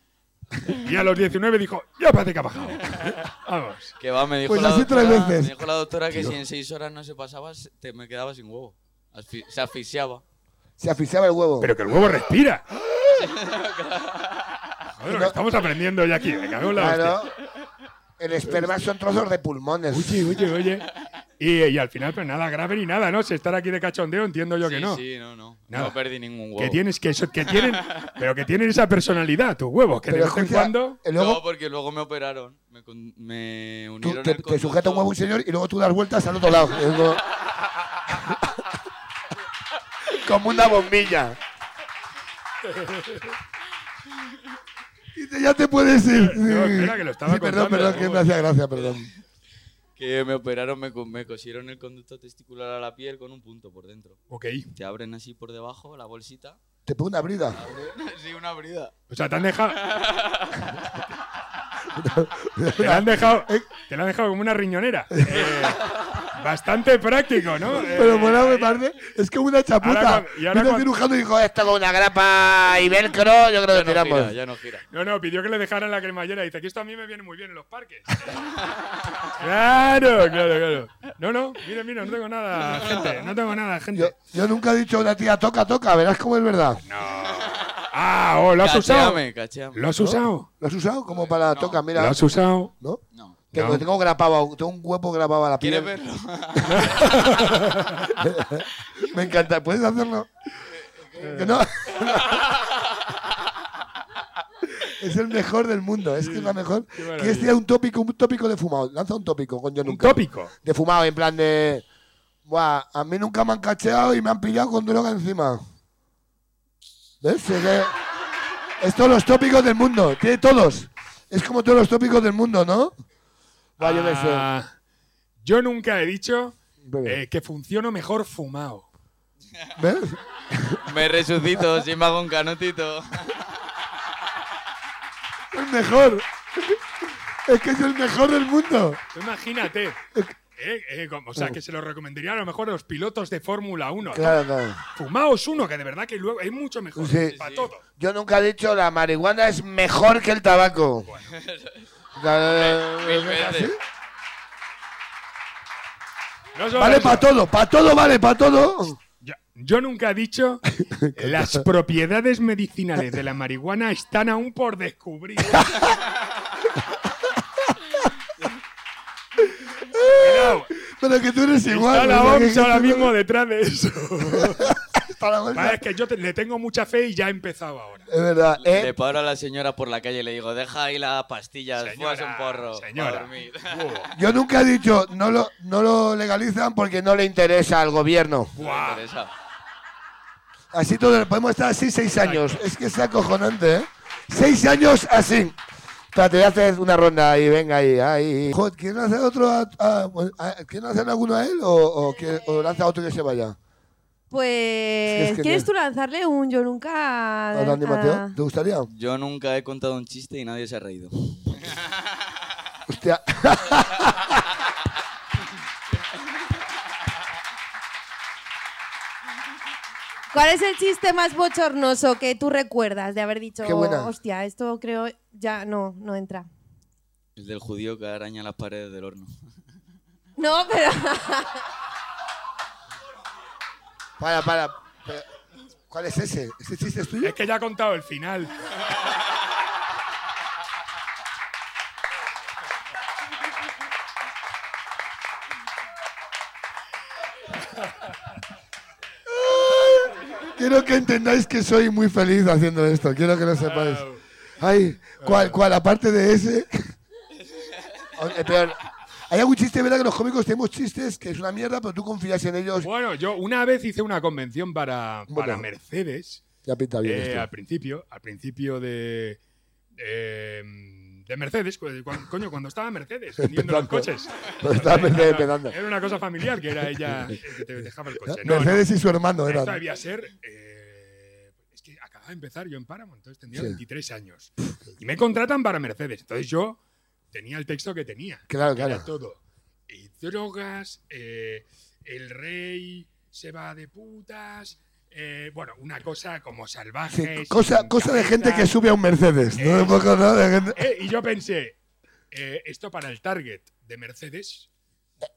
C: Y a los 19 dijo, ya parece que ha bajado. Vamos.
I: Que va, me dijo
A: Pues
I: la
A: así tres
I: doctora,
A: veces.
I: Me dijo la doctora que si en 6 horas no se pasaba, se- te me quedaba sin huevo. Asfi- se asfixiaba.
A: Se asfixiaba el huevo.
C: Pero que el huevo respira. Joder, lo que estamos aprendiendo ya aquí. Me cago en la
A: claro.
C: hostia.
A: El esperma son trozos de pulmones.
C: Oye, oye, oye. Y, y al final, pues nada grave ni nada, ¿no? Si estar aquí de cachondeo, entiendo yo que
I: sí,
C: no.
I: sí, no, no.
C: Nada.
I: No perdí ningún huevo.
C: Que tienes que eso, que tienen, pero que tienen esa personalidad, tus huevos, que
A: Pero
C: de vez en
A: escucha,
C: cuando.
A: eh,
I: No,
A: luego
I: porque luego me operaron. Me, con- me
A: tú-
I: unieron
A: te,
I: el
A: te sujeta un
I: conducto.
A: huevo un señor y luego tú das vueltas al otro lado. Es como- como una bombilla. Dice, ya te puedes ir.
C: No, espera, que lo estaba
A: Sí, perdón,
C: contando,
A: perdón,
C: por
A: que me
C: favor.
A: hacía gracia, perdón.
I: Que me operaron, me, co- me cosieron el conducto testicular a la piel con un punto por dentro.
C: Ok.
I: Te abren así por debajo la bolsita.
A: Te pongo una brida.
I: sí, una brida.
C: O sea, te han dejado. pues, te, la han dejado te la han dejado como una riñonera. Eh, bastante práctico, ¿no? Eh,
A: Pero bueno, me parece, es como una chaputa.
C: Ahora cuan- y
A: Vino
C: ahora
A: el
C: cuan-
A: cirujano y dijo, esto con una grapa y velcro, yo creo que
I: Ya no
A: tiramos.
I: gira, ya no gira.
C: Eh, No, no, pidió que le dejaran la cremallera. Dice, aquí esto a mí me viene muy bien en los parques. claro, claro, claro. No, no, mire, mire, no tengo nada, gente. No tengo nada, gente.
A: Yo, yo nunca he dicho a una tía, toca, toca, verás cómo es verdad.
C: Ah, oh, lo has usado.
I: Cacheame, cacheame.
C: Lo has usado.
A: ¿Lo has usado como para toca? Mira,
C: Lo has usado.
A: ¿no?
I: No.
A: Tengo,
C: No.
A: tengo grapado, tengo un huevo grabado a la piel.
I: ¿Quieres verlo?
A: Me encanta, ¿puedes hacerlo? Que no. es el mejor del mundo, es que este es la mejor.
C: maravilla.
A: ¿Quieres tirar un tópico, un tópico de fumado? Lanza un tópico, con yo
C: Un
A: nunca.
C: tópico.
A: De fumado, en plan de. Buah, a mí nunca me han cacheado y me han pillado con droga encima. ¿Ves? Es que- es todos los tópicos del mundo, tiene todos. Es como todos los tópicos del mundo, ¿no? Buah, yo qué sé.
C: Ah, yo nunca he dicho
A: Bebe.
C: eh, que funciono mejor fumado.
A: ¿Ves?
I: Me resucito, si me hago un canotito.
A: El mejor. Es que es el mejor del mundo.
C: Tú Imagínate. eh, eh, como- o sea, que se lo recomendaría a lo mejor a los pilotos de Fórmula 1.
A: Claro, claro.
C: Fumaos uno, que de verdad que luego es mucho mejor.
A: Sí.
C: Para todo.
A: Yo nunca he dicho la marihuana es mejor que el tabaco. La-
I: Mil veces.
C: No solo
A: Vale
C: eso.
A: para todo, para todo vale, para todo.
C: Yo, yo nunca he dicho las propiedades medicinales de la marihuana están aún por descubrir. Cuidado,
A: Pero que tú eres igual.
C: está
A: o
C: la
A: sea, que-
C: OMS ahora mismo detrás de eso.
A: Está la OMS.
C: Vale, es que yo te- le tengo mucha fe y ya he empezado ahora.
A: Es verdad, ¿eh?
I: Le paro a la señora por la calle y le digo, deja ahí las pastillas,
C: Señora,
I: fumas un porro. pa'
C: señora.
I: dormir".
A: Yo nunca he dicho no lo, no lo legalizan porque no le interesa al gobierno.
I: No me
C: Buah.
I: interesa.
A: Así todo, podemos estar así seis años. Es que es acojonante, ¿eh? Seis años así. Espérate, voy a hacer una ronda ahí, venga ahí, ahí. Joder, ¿quieren hacer otro a, a- a- ¿quieren hacer alguno a él o, o, quiere- o lanza otro que se vaya?
B: Pues,
A: Es que
B: ¿quieres
A: no.
B: tú lanzarle un yo nunca? Ah.
A: ¿A Dani
B: a-
A: Mateo? ¿Te gustaría?
I: Yo nunca he contado un chiste y nadie se ha reído.
A: Hostia.
B: ¿Cuál es el chiste más bochornoso que tú recuerdas de haber dicho,
A: Qué buena.
B: hostia, esto creo ya no, no entra?
I: El del judío que araña las paredes del horno.
B: No, pero
A: Para, para. pero, ¿Cuál es ese? ¿Ese chiste es tuyo?
C: Es que ya ha contado el final.
A: Quiero que entendáis que soy muy feliz haciendo esto. Quiero que lo sepáis. Ay, ¿cuál, cuál? Aparte de ese. O- eh, pero, Hay algún chiste, ¿verdad? Que los cómicos tenemos chistes que es una mierda, pero tú confías en ellos.
C: Bueno, yo una vez hice una convención para, para
A: Bueno.
C: Mercedes.
A: Ya pinta bien. este.
C: Eh,
A: esto.
C: al principio, al principio de eh, de Mercedes, cu- cu- coño, cuando estaba Mercedes vendiendo los
A: Empezando.
C: coches.
A: Cuando estaba Mercedes
C: Era-
A: empezando.
C: Era una cosa familiar que era ella el que te dejaba el coche. No, no,
A: Mercedes y su hermano
C: Esto
A: eran.
C: debía ser. eh, es que acababa de empezar yo en Paramount, entonces tenía
A: Sí.
C: 23 años. Y me contratan para Mercedes. Entonces yo tenía el texto que tenía.
A: Claro,
C: que era
A: claro.
C: todo. Eh, drogas, eh, el rey se va de putas. eh, bueno, una cosa como
A: Sí,
C: salvaje.
A: cosa, cosa de gente que sube a un Mercedes. ¿no? Un poco, ¿no? De gente-
C: Eh, y yo pensé, eh, esto para el target de Mercedes,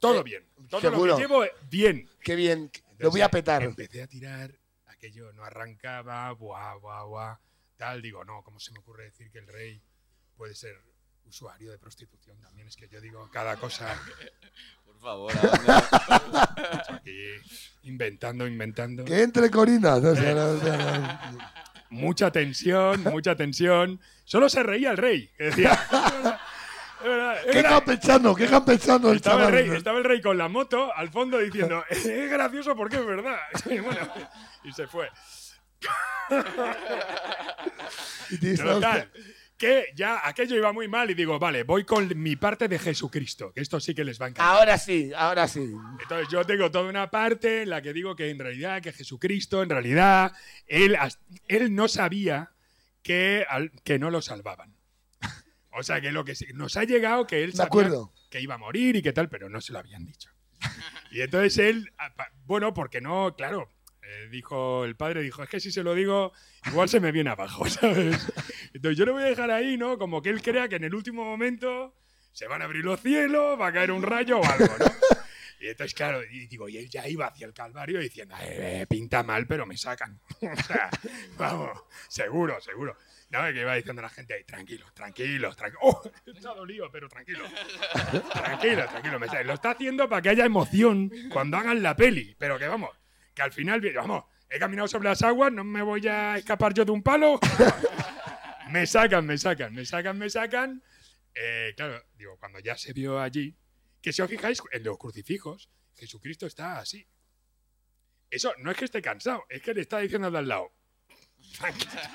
C: todo bien. Todo
A: seguro.
C: lo que llevo, eh, bien.
A: Qué bien. Lo voy a petar.
C: Empecé a tirar, aquello no arrancaba, guau, guau, guau, tal. Digo, no, ¿cómo se me ocurre decir que el rey puede ser usuario de prostitución también? Es que yo digo cada cosa
I: Por favor, ¿a dónde?
C: aquí, inventando, inventando.
A: Que entre Corina. no sé, no, no, no.
C: Mucha tensión, mucha tensión. Solo se reía el rey, que decía... "Es verdad, es verdad, es
A: Qué
C: verdad".
A: campechano, qué campechano el
C: Estaba el,
A: chaval.
C: rey,
A: ¿no?
C: estaba el rey con la moto al fondo diciendo, es gracioso porque es verdad. Y, bueno, y se fue.
A: Y te dice,
C: Total, que ya aquello iba muy mal y digo, vale, voy con mi parte de Jesucristo, que esto sí que les va a encantar.
J: Ahora sí, ahora sí.
C: Entonces yo tengo toda una parte en la que digo que en realidad, que Jesucristo, en realidad, él, as- él no sabía que, al- que no lo salvaban. o sea, que lo que sí- nos ha llegado que él
A: De
C: sabía
A: acuerdo.
C: que iba a morir y que tal, pero no se lo habían dicho. y entonces él, ah, pa- bueno, porque no, claro, eh, dijo el padre, dijo, es que si se lo digo, igual se me viene abajo, ¿sabes? Entonces yo lo voy a dejar ahí, ¿no? Como que él crea que en el último momento se van a abrir los cielos, va a caer un rayo o algo, ¿no? Y entonces, claro, y digo, y él ya iba hacia el Calvario diciendo, "Eh, eh, pinta mal, pero me sacan. o sea, vamos, seguro, seguro. No, que iba diciendo la gente, tranquilos, tranquilos, tranquilos. ¡Oh! Está dolido, pero tranquilo. tranquilo, tranquilo. me está- lo está haciendo para que haya emoción cuando hagan la peli. Pero que vamos, que al final, vamos, he caminado sobre las aguas, no me voy a escapar yo de un palo. me sacan, me sacan, me sacan, me sacan. Eh, claro, digo, cuando ya se vio allí, que si os fijáis en los crucifijos, Jesucristo está así. Eso no es que esté cansado, es que le está diciendo al de al lado.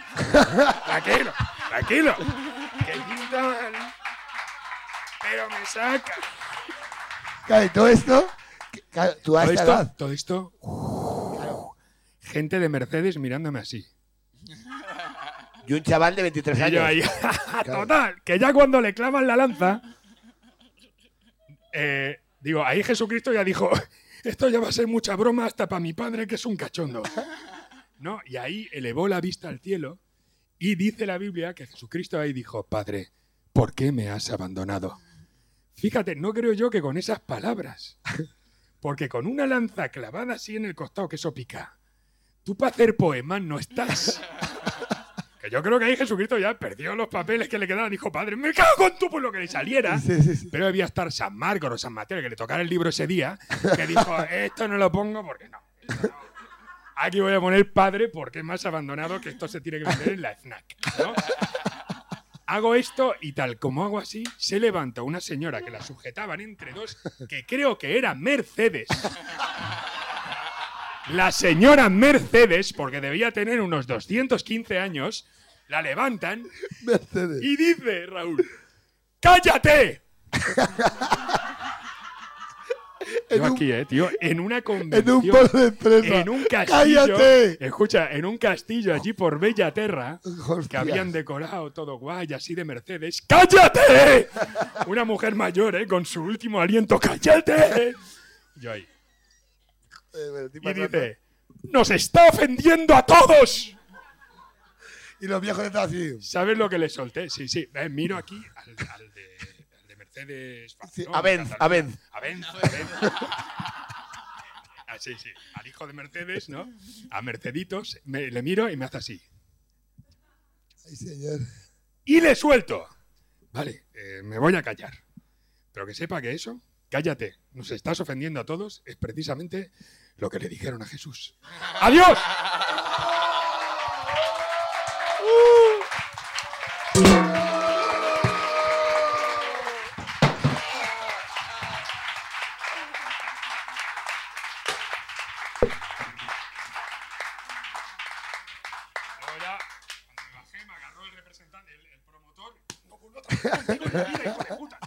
C: Tranquilo, tranquilo. Que pintan, pero me saca.
A: Claro, y todo esto, que- claro, tú a
C: Todo
A: esta
C: esto,
A: edad.
C: todo esto. Gente de Mercedes mirándome así.
J: Y un chaval de 23
C: Y yo ahí,
J: años.
C: total, que ya cuando le clavan la lanza, eh, digo, ahí Jesucristo ya dijo, esto ya va a ser mucha broma hasta para mi padre que es un cachondo. ¿No? Y ahí elevó la vista al cielo y dice la Biblia que Jesucristo ahí dijo, Padre, ¿por qué me has abandonado? Fíjate, no creo yo que con esas palabras, porque con una lanza clavada así en el costado que eso pica, tú para hacer poemas no estás. Que yo creo que ahí Jesucristo ya perdió los papeles que le quedaban. Dijo, padre, me cago con tú por lo que le saliera. Pero debía estar San Marcos o San Mateo, el que le tocara el libro ese día, que dijo, esto no lo pongo porque no. esto no. Aquí voy a poner padre porque es más abandonado que esto se tiene que vender en la FNAC. ¿no? Hago esto y tal como hago así, se levanta una señora que la sujetaban entre dos, que creo que era Mercedes. La señora Mercedes, porque debía tener unos 215 años, la levantan
A: Mercedes.
C: y dice Raúl, ¡cállate!
A: En
C: Yo
A: un-
C: aquí, eh, tío, en una
A: En
C: convención,
A: un polo de empresa.
C: en un castillo,
A: ¡Cállate!
C: escucha, en un castillo allí por Bellaterra, que
A: Hostias.
C: habían decorado todo guay, así de Mercedes, ¡cállate! Una mujer mayor, eh, con su último aliento, ¡cállate! Yo ahí.
A: Eh, bueno, estoy
C: Y
A: pasando.
C: dice, ¡nos está ofendiendo a todos!
A: Y los viejos detrás así.
C: ¿Sabes lo que le solté? Sí, sí. Eh, miro aquí al, al de, al de Mercedes.
A: Sí,
C: Barcelona,
J: Abenz,
C: Cataluña.
J: Abenz.
C: Abenz, Abenz. Ah, sí, sí. Al hijo de Mercedes, ¿no? A Merceditos. me- le miro y me hace así.
A: Ay, señor.
C: Y le suelto. Vale, eh, me voy a callar. Pero que sepa que eso, cállate, nos estás ofendiendo a todos, es precisamente lo que le dijeron a Jesús. ¡Adiós! Luego ya, cuando me bajé, me agarró el representante, el, el promotor. No, pues no trabajo contigo en la vida, hijo de puta.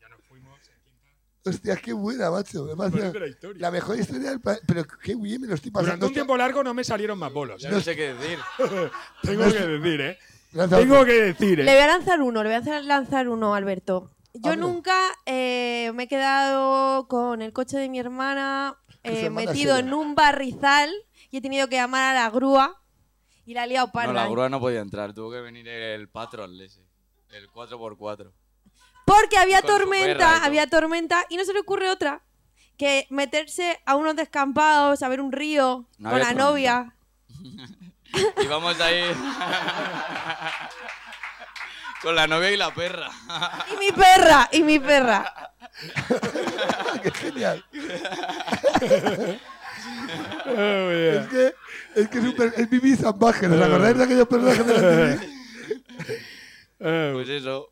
C: Ya nos fuimos en quinta.
A: Hostia, qué buena, macho. Me parece
C: Parece la historia.
A: la mejor historia del país. Pero qué bien me lo estoy pasando.
C: Durante un tiempo largo no me salieron más bolos.
I: Ya no sé qué decir.
C: Tengo que decir, ¿eh?
A: Lanza
C: Tengo
A: otro.
C: que decir,
B: Le
C: ¿eh?
B: voy a lanzar uno, le voy a hacer- lanzar uno, Alberto. Yo
A: Hazlo.
B: nunca eh, me he quedado con el coche de mi hermana
A: Que su
B: eh,
A: hermana
B: metido
A: siga.
B: en un barrizal y he tenido que llamar a la grúa y la he liado
I: No,
B: parda.
I: la grúa no podía entrar, tuvo que venir el patrón ese, el 4x4.
B: Porque había
I: Con su perra y
B: tormenta,
I: todo.
B: había tormenta y no se le ocurre otra que meterse a unos descampados, a ver un río
I: No
B: con
I: había
B: la
I: tormenta.
B: novia.
I: Y vamos ahí con la novia y la perra.
B: Y mi perra, y mi perra.
A: Qué genial.
C: Oh,
A: Es
C: yeah.
A: que es, que es, un, per- es Bibi San Bajen. ¿Os acordáis de aquellos personajes de la TV?
C: Oh.
I: Pues eso.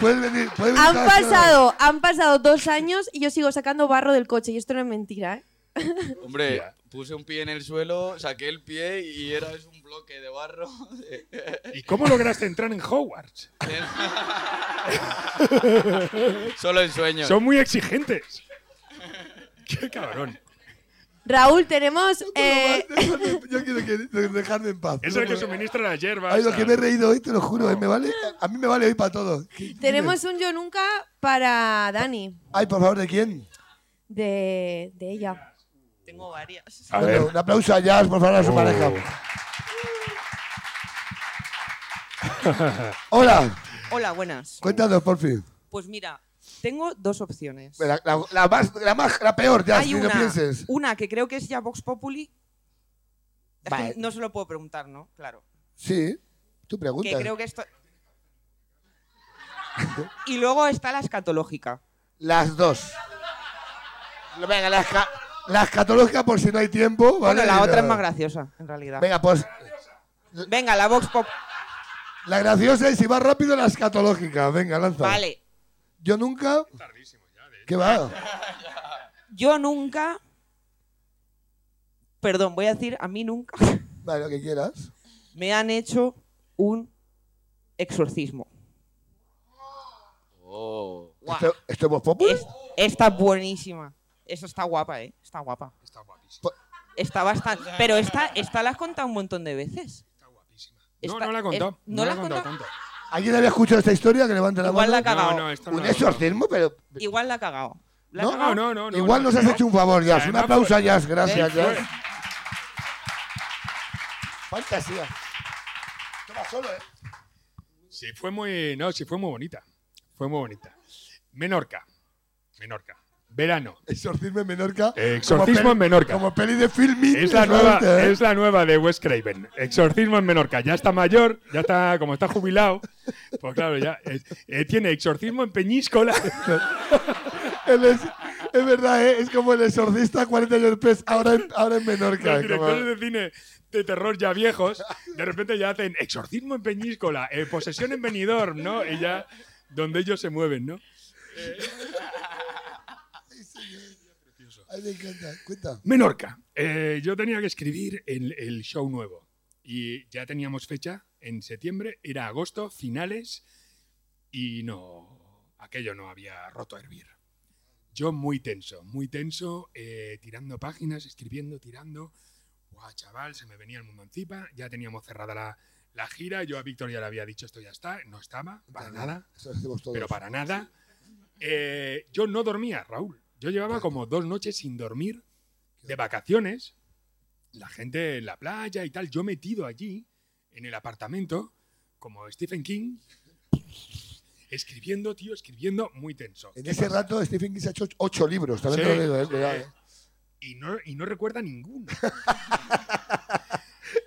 A: Puedes venir. Puedes venir
B: Han
A: cada semana.
B: pasado, han pasado dos años y yo sigo sacando barro del coche y esto no es mentira, ¿eh?
I: Hombre,
C: Ya.
I: Puse un pie en el suelo, saqué el pie y era es un bloque de barro.
C: ¿Y cómo lograste entrar en Hogwarts?
I: Solo en sueños.
C: Son muy exigentes. Qué cabrón.
B: Raúl, tenemos. eh,
A: Yo quiero que, de- dejarme en paz.
C: Es el que suministra las hierbas.
A: Ay, lo que me he reído hoy, te lo juro, ¿eh? me vale, a mí me vale hoy para todo. ¿Qué-
B: tenemos un yo nunca para Dani,
A: Ay, por favor, ¿de quién?
B: de, de ella.
D: Tengo varias.
A: Bueno, Un aplauso a Uh. Jazz, por favor, a su
C: Oh.
A: pareja. Hola,
K: Hola, buenas.
A: cuéntanos, por fin.
K: Pues mira, tengo dos opciones.
A: La, la- la más, la, más- la peor, Jazz,
K: Hay
A: ni lo
K: una,
A: pienses.
K: una que creo que es ya Vox Populi. Es que
A: Vale.
K: No se lo puedo preguntar, ¿no? Claro.
A: Sí, tú preguntas.
K: Que creo que esto. y luego está la escatológica.
A: Las dos. Venga, la, esca- la escatológica por si no hay tiempo, ¿vale?
K: bueno, la
A: Y
K: otra es más graciosa, en realidad.
A: Venga, pues
K: Venga, la Vox Pop.
A: la graciosa es si va rápido la escatológica. Venga, lanza.
K: Vale.
A: Yo nunca... ¿Qué va?
K: Yo nunca. Perdón, voy a decir a mí nunca.
A: Vale, lo que quieras.
K: Me han hecho un exorcismo.
J: Oh.
K: Guau.
A: ¿Esto, esto es Voz Populi?
K: Es- Está buenísima. Eso está guapa, ¿eh? Está guapa. Está guapísima.
A: Pues
K: Está bastante. Pero esta, esta la has contado un montón de veces.
C: No,
K: Esta-
C: no la he
K: es-
C: contado.
K: ¿no
C: No,
K: la
C: la he
K: has
C: contado.
K: contado?
C: contado.
A: ¿Alguien había escuchado esta historia? Que levante la
K: Igual
A: mano.
K: la ha cagado.
C: No, no, esta no
A: ¿Un
C: la he contado.
A: exorcismo? Pero...
K: Igual la ha cagado. ¿La ha
A: ¿No?
K: cagado?
C: No, no, no.
A: Igual
C: no,
A: nos has hecho un favor, Jazz. Un
C: Además,
A: aplauso a
C: fue-
A: Jazz. Gracias,
K: Sí,
A: Jazz.
C: fue-
A: Fantasía. Toma solo, ¿eh?
C: Sí, fue muy. No, sí, fue muy bonita. Fue muy bonita. Menorca. Menorca. Verano.
A: Exorcismo en Menorca.
C: Exorcismo
A: Como
C: en Menorca.
A: Como peli de filming.
C: Es la, nueva,
A: ¿eh?
C: es la nueva de Wes Craven. Exorcismo en Menorca. Ya está mayor, ya está, como está jubilado. Pues claro, ya. eh, eh, tiene exorcismo en Peñíscola.
A: Él es, es verdad, ¿eh? es como el exorcista 40 años después, ahora en, ahora en Menorca.
C: Los
A: como-
C: directores de cine de terror ya viejos, de repente ya hacen exorcismo en Peñíscola, eh, posesión en Benidorm, ¿no? Y ya, donde ellos se mueven, ¿no?
A: Ay, me encanta. Cuenta.
C: Menorca. Eh, yo tenía que escribir el, el show nuevo. Y ya teníamos fecha en septiembre, era agosto, finales, y no, aquello no había roto a hervir. Yo muy tenso, muy tenso, eh, tirando páginas, escribiendo, tirando. Guau, chaval, se me venía el mundo encima, ya teníamos cerrada la, la gira, yo a Victoria le había dicho esto ya está, no estaba, para nada
A: Eso lo hacemos todos.
C: pero para nada. Eh, yo no dormía, Raúl. Yo llevaba como dos noches sin dormir, de vacaciones, la gente en la playa y tal. Yo metido allí, en el apartamento, como Stephen King, escribiendo, tío, escribiendo, muy tenso.
A: En ese rato Stephen King se ha hecho ocho libros, también
C: Sí,
A: te lo digo, ¿eh?
C: sí.
A: Cuidado, ¿eh?
C: Y no, y no recuerda ninguno.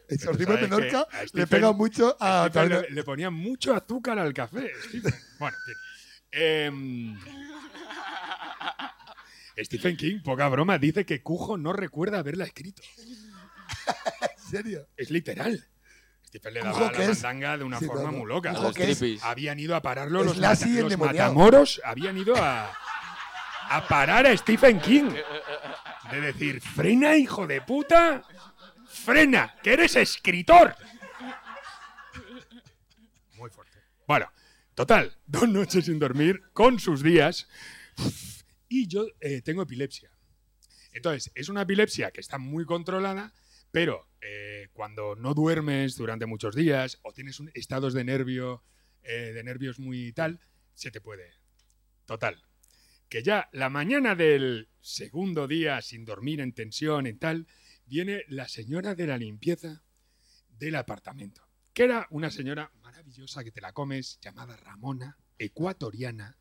A: Exorcismo en
C: Pero sabes
A: Menorca
C: que a
A: le
C: Stephen-
A: pega mucho a...
C: Stephen le, le ponía mucho azúcar al café. Stephen. Bueno, en fin. Em, Stephen King, poca broma, dice que Cujo no recuerda haberla escrito.
A: ¿En serio?
C: Es literal. Stephen le
A: Cujo,
C: daba
A: ¿qué
C: la
A: es?
C: mandanga de una
A: Sí,
C: forma
A: no, no.
C: muy loca.
I: A
A: Cujo,
I: los
A: que es-
I: trippies.
C: Habían ido a pararlo
A: Es
C: los,
A: Lassie
C: mata- los
A: endemoniado.
C: matamoros, habían ido a, a parar a Stephen King. De decir, frena, hijo de puta, frena, que eres escritor. Muy fuerte. Bueno, total, dos noches sin dormir, con sus días. Y yo eh, tengo epilepsia. Entonces, es una epilepsia que está muy controlada, pero eh, cuando no duermes durante muchos días o tienes un- estados de nervio, eh, de nervios muy tal, se te puede. Total. Que ya la mañana del segundo día, sin dormir, en tensión, en tal, viene la señora de la limpieza del apartamento, que era una señora maravillosa que te la comes, llamada Ramona, ecuatoriana,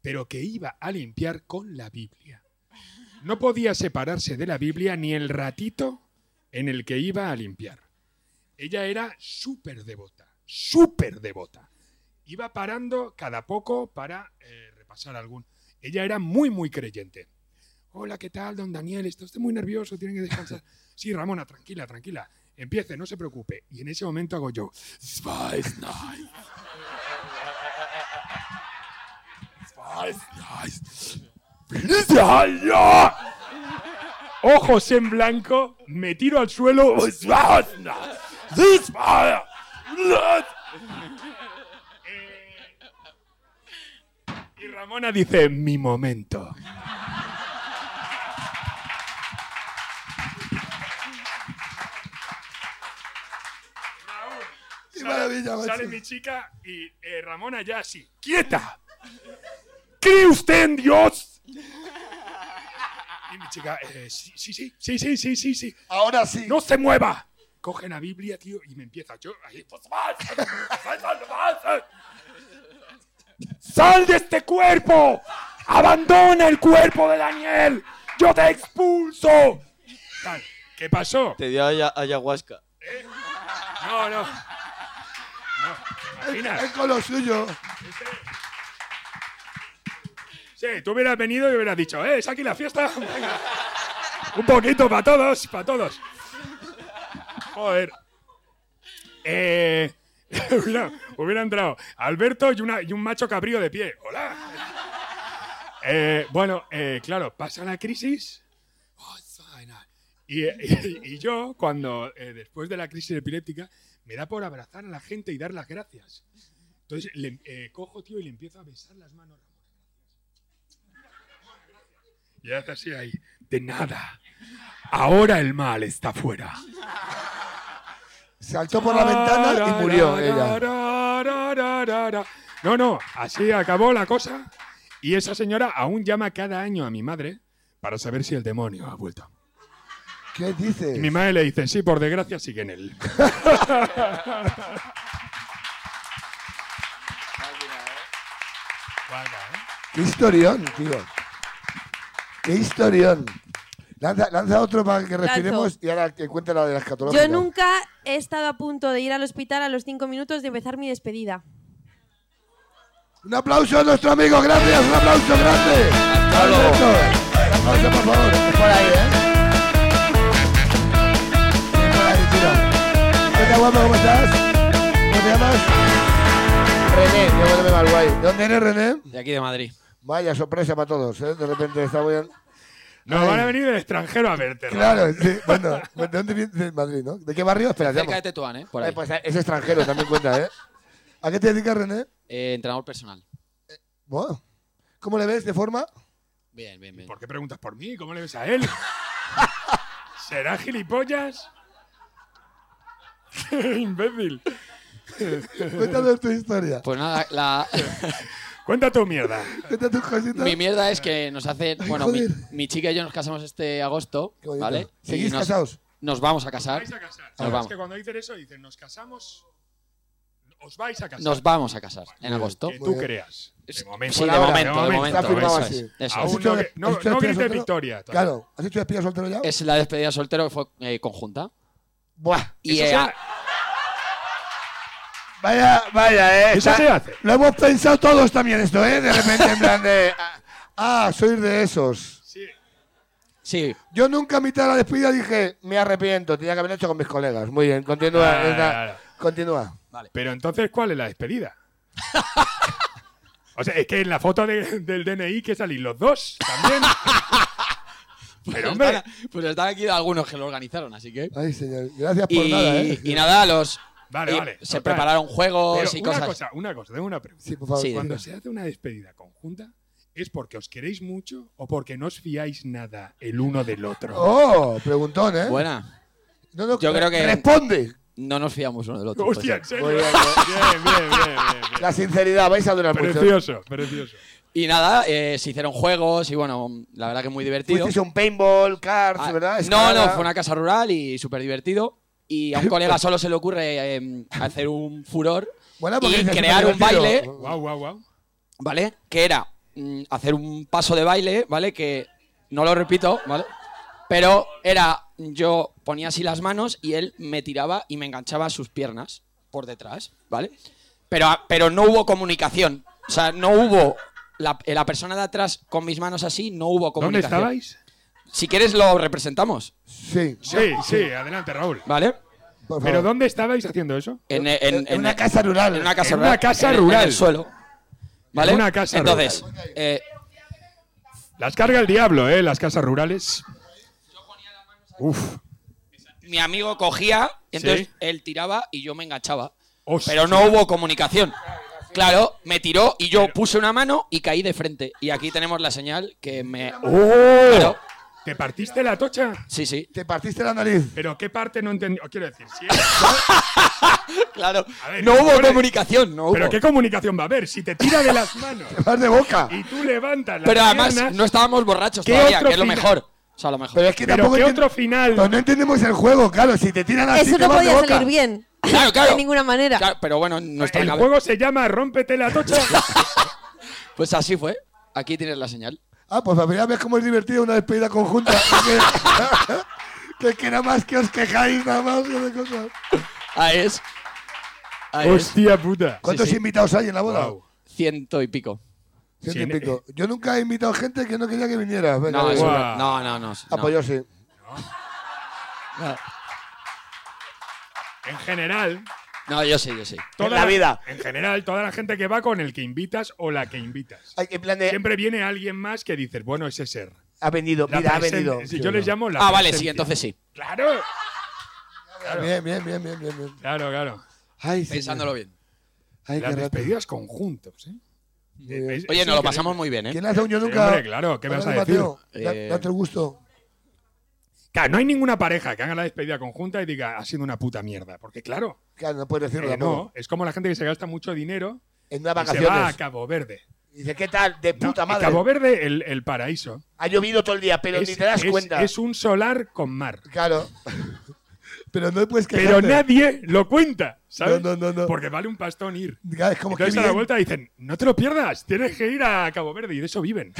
C: pero que iba a limpiar con la Biblia. No podía separarse de la Biblia ni el ratito en el que iba a limpiar. Ella era súper devota, súper devota. Iba parando cada poco para eh, repasar algún. Ella era muy, muy creyente. Hola, ¿qué tal, don Daniel? Está usted muy nervioso, tiene que descansar. Sí, Ramona, tranquila, tranquila. Empiece, no se preocupe. Y en ese momento hago yo. "Spice night, spice night, spice night". ojos en blanco, me tiro al suelo. Eh, Y Ramona dice, mi momento.
A: Qué maravilla, macho.
C: Sale mi chica y eh, Ramona ya así, quieta. ¿Cree usted en Dios? Y mi chica, eh, sí, sí, sí, sí, sí, sí, sí, sí.
A: Ahora sí.
C: No se mueva. Coge la Biblia, tío, y me empieza yo. ahí, pues, ¡Sal de este cuerpo! ¡Abandona el cuerpo de Daniel! ¡Yo te expulso! Tal. ¿Qué pasó?
J: Te dio aya- ayahuasca.
C: No, no.
A: Es, es con lo suyo.
C: Sí, tú hubieras venido y hubieras dicho, ¡eh, es aquí la fiesta! Venga. Un poquito para todos, para todos. Joder. Eh, hubiera, hubiera entrado Alberto y, una- y un macho cabrío de pie. ¡Hola! Eh, bueno, eh, claro, pasa la crisis. ah. Y, y- y yo, cuando eh, después de la crisis epiléptica, me da por abrazar a la gente y dar las gracias. Entonces le eh, cojo, tío, y le empiezo a besar las manos. Y hace así ahí. De nada. Ahora el mal está fuera.
A: Saltó por la ventana y murió ella.
C: No, no, así acabó la cosa. Y esa señora aún llama cada año a mi madre para saber si el demonio ha vuelto.
A: ¿Qué dices?
C: Y mi madre le dice, sí, por desgracia sigue en él.
A: Qué historión, tío. Qué historión. Lanza, lanza otro para que respiremos
B: Lanzo.
A: y ahora que cuente la de las
B: Yo nunca he estado a punto de ir al hospital a los cinco minutos de empezar mi despedida.
A: Un aplauso a nuestro amigo, gracias, un aplauso grande. Alberto, un aplauso, por favor. Es por ahí, ¿eh? Es por ahí, tío. ¿Qué tal, guapo? ¿Cómo estás? ¿Cómo te llamas? René, yo vuelve mal guay. ¿De dónde eres, René?
J: De aquí de Madrid.
A: Vaya sorpresa para todos, ¿eh? De repente está muy bien.
C: No, van a venir del extranjero a verte.
A: Claro, sí. Bueno, ¿de dónde vienes? De Madrid, ¿no? ¿De qué barrio? Espera,
J: Cerca de
A: llamo.
J: Tetuán, ¿eh? Por ahí.
A: Eh, pues es extranjero, también cuenta, ¿eh? ¿A qué te dedicas, René?
J: Eh, entrenador personal.
A: Bueno, ¿Cómo le ves de forma?
J: Bien, bien, bien.
C: ¿Por qué preguntas por mí? ¿Cómo le ves a él? ¿Será gilipollas? Imbécil.
A: Cuéntanos tu historia.
J: Pues nada, la...
C: Cuenta tu mierda.
A: Cuenta tus cositas.
J: Mi mierda es que nos hace.
A: Ay,
J: Bueno, mi,
A: joder.
J: mi chica y yo nos casamos este agosto,
A: bonito.
J: ¿vale? Y
A: ¿Seguís
J: nos-
A: casados?
J: Nos vamos a casar.
C: Vais a casar.
J: Nos
C: Sabes
J: vamos.
C: que cuando dicen eso dicen, nos casamos, os vais a casar.
J: Nos vamos a casar en agosto.
C: Que tú creas.
J: Sí,
C: De momento.
J: sí, de
C: Ahora,
J: momento, de
A: Está
J: momento.
A: firmado
J: eso
A: así.
J: es, eso
A: ¿Has
J: es.
C: Aún
A: hecho-
C: no que- no-
A: has hecho
C: no
A: despedida
C: grites
A: soltero?
C: victoria todavía.
A: Claro, ¿has hecho despedida soltero ya?
J: Es la despedida soltero que fue eh, conjunta.
A: Buah.
J: Y
C: Eso
J: eh,
C: se-
J: a-
A: Vaya, vaya, eh.
C: Eso
A: Está-
C: se hace.
A: Lo hemos pensado todos también esto, eh. De repente, en plan de. ah, Ah, soy de esos.
J: sí,
A: Yo nunca a mitad de la despedida dije, me arrepiento, tenía que haber hecho con mis colegas. Muy bien, continúa.
C: Ah,
A: Edna,
C: claro.
A: Continúa.
C: Pero entonces, ¿cuál es la despedida? o sea, es que en la foto de- del DNI que salís los dos también.
J: pues,
C: Pero, hombre.
J: están, pues están aquí algunos que lo organizaron, así que.
A: Ay, señor, gracias por
J: Y,
A: nada, eh.
J: y nada, los.
C: Vale,
J: y
C: vale.
J: Se
C: total.
J: prepararon juegos
C: Pero
J: y
C: una
J: cosas.
C: cosa, una cosa, tengo una pregunta.
A: Sí, por favor.
J: Sí,
A: cuando
C: Cuando se hace una despedida conjunta, ¿es porque os queréis mucho o porque no os fiáis nada el uno del otro?
A: Oh, preguntón, eh.
J: Buena.
A: No, no,
J: yo creo que-
A: Responde.
J: No nos fiamos uno del otro. pues,
C: Hostia,
J: eh.
C: en serio.
A: Muy
C: Bien,
A: bien,
C: bien, bien, bien, bien.
A: La sinceridad, vais a durar mucho.
C: Precioso, precioso.
J: Y nada, eh, se hicieron juegos y bueno, la verdad que muy divertido.
A: Fuisteis a un paintball, cards,
J: Ah,
A: ¿verdad?
J: no,
A: Escalada.
J: no, fue una casa rural y súper divertido. Y a un colega solo se le ocurre eh, hacer un furor
A: Bueno, porque
J: y
A: dices,
J: crear un
A: superdivertido.
J: baile,
C: Guau, guau, guau.
J: ¿vale? Que era mm, hacer un paso de baile, ¿vale? Que no lo repito, ¿vale? Pero era, yo ponía así las manos y él me tiraba y me enganchaba a sus piernas por detrás, ¿vale? Pero, ah, pero no hubo comunicación. O sea, no hubo... La, la persona de atrás con mis manos así, no hubo
C: ¿Dónde
J: comunicación.
C: estabais?
J: Si quieres lo representamos,
A: Sí,
C: Sí, sí, adelante, Raúl.
J: ¿vale?
A: por favor.
C: ¿Pero dónde estabais haciendo eso?
J: En, en-
A: En
J: en-
A: una casa rural.
J: En una casa
C: En
J: rural.
C: una casa
J: en-
C: rural.
J: En el suelo. ¿Vale?
C: En una casa
J: Entonces, eh,
C: Las carga el diablo, ¿eh? Las casas rurales.
I: mi amigo cogía, y entonces
C: Sí.
I: él tiraba y yo me enganchaba.
C: Hostia.
I: Pero no hubo comunicación. Claro, me tiró y yo puse una mano y caí de frente. Y aquí tenemos la señal que me.
C: ¡Oh!
I: Claro.
C: ¿Te partiste la tocha?
I: Sí, sí.
A: ¿Te partiste la nariz?
C: ¿Pero qué parte no entendí? Quiero decir, si
I: claro.
C: no hubo
I: comunicación, no
C: ¿Pero
I: hubo.
C: qué comunicación va a haber? Si te tira de las manos. te
A: vas de boca.
C: Y tú levantas la
I: Pero además, no estábamos borrachos
C: ¿Qué
I: todavía,
C: otro
I: que es lo
C: final?
I: mejor. O sea, lo mejor.
A: Pero es que tampoco entiendo- Pues no entendemos el juego, claro. Si te tiran así,
B: Eso
A: Ah, te
B: no
A: vas de
B: podía
A: boca.
B: salir bien.
I: Claro, claro.
B: De ninguna manera.
I: Claro, pero bueno, nuestra
C: El
I: cabe-
C: juego se llama Rómpete la tocha.
I: Pues así fue. Aquí tienes la señal.
A: Ah, pues para ver cómo es divertido una despedida conjunta. que, que, que nada más que os quejáis, nada más que de cosas.
I: Ahí Ah, es. Ahí es.
C: Hostia puta.
A: ¿Cuántos invitados hay en la boda?
I: Ciento y pico.
A: Ciento
I: Sí,
A: y pico. Yo nunca he invitado gente que no quería que viniera. Venga,
I: No,
A: venga.
I: es una- no, no, no.
A: Ah, pues yo sí.
I: No.
C: En general.
I: No, yo sí, yo sí.
C: toda En general, toda la gente que va con el que invitas o la que invitas. Siempre viene alguien más que dices, bueno, ese ser.
J: Ha venido,
C: La
J: mira, ha
C: presen-
J: venido.
C: si yo les llamo la
I: Ah, vale, sí,
C: presencia.
I: entonces sí.
C: Claro,
A: Ah, Bien, bien, bien, bien, bien. bien.
C: claro, claro.
A: Ay,
I: Pensándolo bien.
A: Ay,
C: Las
A: qué rato.
C: despedidas conjuntos, ¿eh? Es- es
I: Oye, nos lo
C: increíble.
I: pasamos muy bien, ¿eh?
A: ¿Quién hace un yo
C: Sí,
A: nunca?
C: hombre, claro, ¿qué me vas a
A: Dale,
C: decir?
A: Mateo, da-
I: Eh,
A: Date el gusto.
C: Claro, no hay ninguna pareja que haga la despedida conjunta y diga, ha sido una puta mierda. Porque claro,
A: Claro, no puedes decirlo
C: eh, no,
A: tampoco.
C: es como la gente que se gasta mucho dinero
J: En unas
C: y se va a
J: vacaciones.
C: Cabo Verde.
J: Dice, ¿qué tal? De
C: No,
J: puta
C: y
J: madre.
C: Cabo Verde, el, el paraíso.
J: Ha llovido todo el día, pero ni te das
C: es-
J: cuenta.
C: es un solar con mar.
A: Claro. Pero no puedes quejarte.
C: Pero nadie lo cuenta, ¿sabes?
A: No, no, no, no.
C: Porque vale un pastón ir.
A: Diga, Es como que
C: Entonces a la
A: bien.
C: vuelta dicen, no te lo pierdas, tienes que ir a Cabo Verde y de eso viven.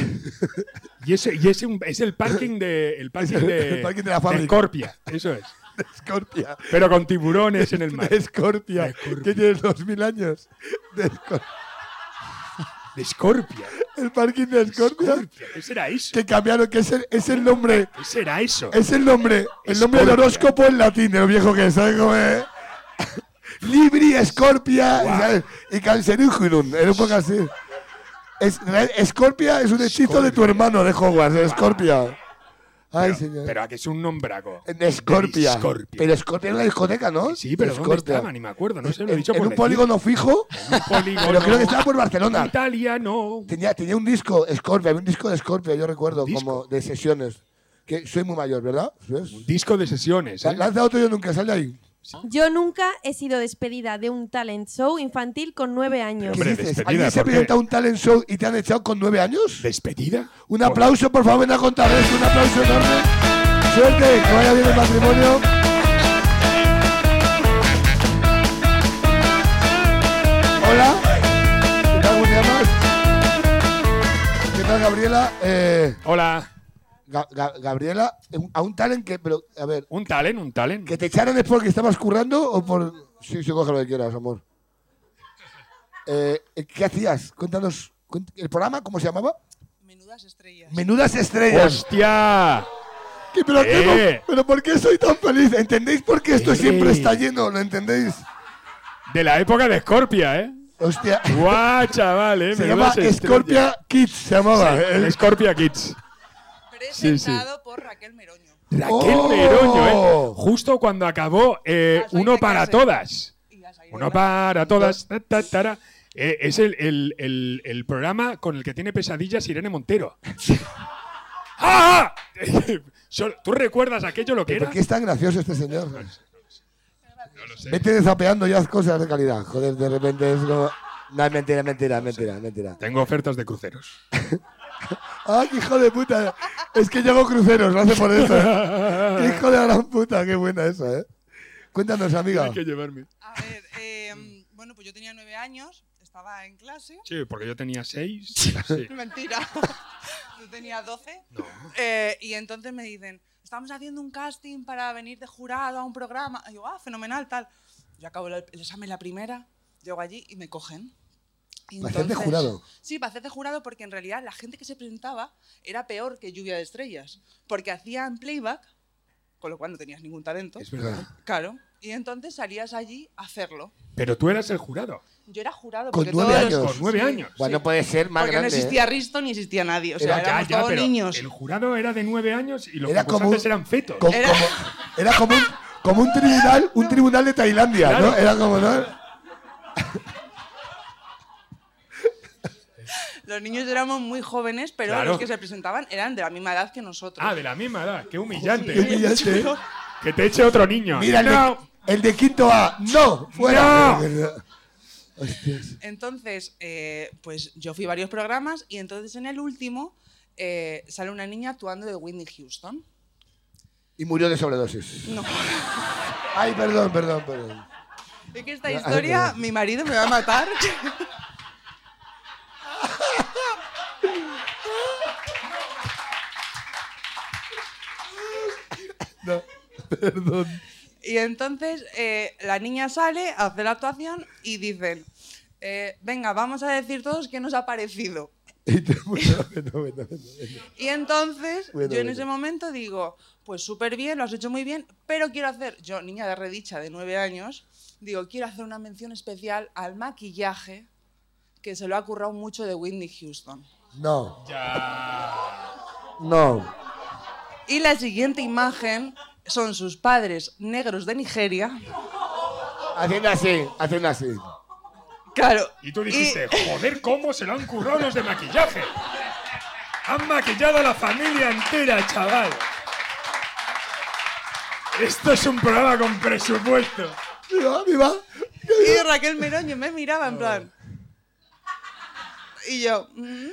C: y ese, y ese un- es el parking de el parking de,
A: El parking de la fábrica.
C: Corpia, eso es.
A: Escorpia.
C: Pero con tiburones en el mar.
A: De Escorpia. Que tienes dos mil años. De Escor-
C: De Scorpia.
A: El parking de Escorpia.
C: Scorpia, ¿Qué será eso?
A: Que cambiaron, que es el, es el nombre.
C: ¿Qué será eso?
A: Es el nombre. El nombre del
C: Escorpia.
A: horóscopo en latín, de lo viejo que es. ¿Sabes cómo es? Libri, Escorpia ¿sabes? y Canceríginum. Era un poco así. Es, Escorpia es un hechizo de tu hermano de Hogwarts, Escorpia. Ay, señor.
C: Pero a que es un nombrago.
A: En Scorpia.
C: De Scorpia.
A: Pero Scorpia era una discoteca, ¿no?
C: Sí, pero ¿dónde
A: Scorpia.
C: estaba? Ni me acuerdo, no sé, lo he
A: En-
C: dicho
A: en
C: por
A: un
C: decir.
A: polígono fijo.
C: Un polígono
A: Pero creo que estaba por Barcelona.
C: italiano.
A: Tenía, tenía un disco, Scorpia, había un disco de Scorpia, yo recuerdo,
C: disco?
A: como de sesiones. Que soy muy mayor, ¿verdad? ¿Ves?
C: Disco de sesiones, ¿eh?
A: Lanza otro yo nunca sale ahí.
B: Yo nunca he sido despedida de un talent show infantil con nueve años.
A: ¿Qué
C: Hombre,
A: dices?
C: despedida,
A: ¿Alguien se
C: ¿por qué?
A: presenta a un talent show y te han echado con nueve años?
C: ¿Despedida?
A: Un aplauso, por favor, ven a contar eso. Un aplauso enorme. Suerte, que vaya bien el matrimonio. Hola. ¿Qué tal, Julián? ¿Qué tal, Gabriela? Eh,
C: Hola.
A: Ga- Ga- Gabriela, un- a un talent que, pero, a ver,
C: Un talent, un talent.
A: ¿que te echaron es porque estabas currando o por...? Sí, sí, coge lo que quieras, amor. Eh, ¿Qué hacías? Cuéntanos, cuént- ¿el programa cómo se llamaba?
K: Menudas estrellas.
A: Menudas estrellas.
C: ¡Hostia!
A: ¿Qué- pero, qué no-
C: Eh.
A: pero ¿por qué soy tan feliz? ¿Entendéis por qué esto
C: Eh.
A: siempre está lleno? ¿Lo entendéis?
C: De la época de Scorpia, ¿eh?
A: Hostia.
C: ¡Guau, chaval, eh!
A: se llama
C: Menudas
A: Scorpia Kids, se llamaba.
C: estrellas.
A: eh.
C: Scorpia Kids.
K: Presentado por Raquel Meroño.
C: Raquel
A: Oh.
C: Meroño, ¿eh? Justo cuando acabó eh,
K: Ah, soy
C: Uno
K: de
C: para
K: clase.
C: todas.
K: Y ya se ha ido
C: Uno
K: la-
C: para todas. ta, ta, tara. Eh, es el, el- el- el programa con el que tiene pesadillas Irene Montero. ¡Ah! Sol- ¿Tú recuerdas aquello lo que
A: ¿Por
C: era?
A: qué es tan gracioso este señor? Vete desapeando ya cosas de calidad. Joder, de repente es como...
J: No, es mentira, mentira, mentira, mentira.
C: Tengo ofertas de cruceros.
A: ¡Ay, qué hijo de puta! Es que yo hago cruceros, lo hace por eso. ¿eh? ¡Qué hijo de la gran puta! ¡Qué buena esa, eh! Cuéntanos, amiga.
C: Hay que llevarme.
K: A ver, eh, bueno, pues yo tenía nueve años, estaba en clase.
C: Sí, porque yo tenía seis. Sí.
K: Mentira. Yo tenía 12. Eh, y entonces me dicen, estamos haciendo un casting para venir de jurado a un programa. Y yo, ah, fenomenal, tal. Yo acabo el el examen la primera, llego allí y me cogen. Y
A: ¿Para hacer de jurado?
K: Sí, para hacer de jurado porque en realidad la gente que se presentaba era peor que Lluvia de Estrellas, porque hacían playback, con lo cual no tenías ningún talento.
C: Es verdad.
K: Claro. Y entonces salías allí a hacerlo.
C: Pero tú eras el jurado.
K: Yo era jurado.
J: Con
K: porque
J: nueve
K: todos los-
J: años.
K: Sí.
J: Bueno, puede ser más
K: Porque
J: grande.
K: no
J: ¿eh?
K: existía Risto ni existía nadie. O sea,
J: Era- ya,
K: éramos
J: ya,
K: todos
J: pero
K: niños.
C: El jurado era de nueve años y los
A: Era como
C: concursantes
A: un-
C: eran fetos.
A: Co-
K: Era-
A: como- era como un, como un tribunal, un tribunal de Tailandia, ¿no?
C: Claro.
A: Era como, ¿no?
K: Los niños éramos muy jóvenes, pero
C: Claro.
K: los que se presentaban eran de la misma edad que nosotros.
C: Ah, de la misma edad. Qué humillante.
A: Qué humillante.
C: Que te eche otro niño.
A: Mira, el de-
C: No.
A: el de quinto A, no, fuera.
K: Entonces, eh, pues yo fui a varios programas y entonces en el último eh, sale una niña actuando de Whitney Houston.
A: Y murió de sobredosis.
K: No.
A: Ay, perdón, perdón, perdón.
K: Es que esta historia, mi marido me va a matar.
A: No, perdón.
K: Y entonces eh, la niña sale, hace la actuación y dicen, eh, venga, vamos a decir todos qué nos ha parecido. Y entonces
A: Bueno,
K: yo en
A: bueno.
K: ese momento digo, pues súper bien, lo has hecho muy bien, pero quiero hacer, yo niña de redicha de nueve años, digo, quiero hacer una mención especial al maquillaje que se lo ha currado mucho de Whitney Houston.
A: No,
C: Ya.
A: no.
K: Y la siguiente imagen son sus padres negros de Nigeria.
A: Haciendo así, haciendo así.
K: Claro.
C: Y tú dijiste, joder, cómo se lo han currado los de maquillaje. Han maquillado a la familia entera, chaval. Esto es un programa con presupuesto.
A: Viva, viva.
K: Y Raquel Meroño me miraba en plan. Y yo. mm,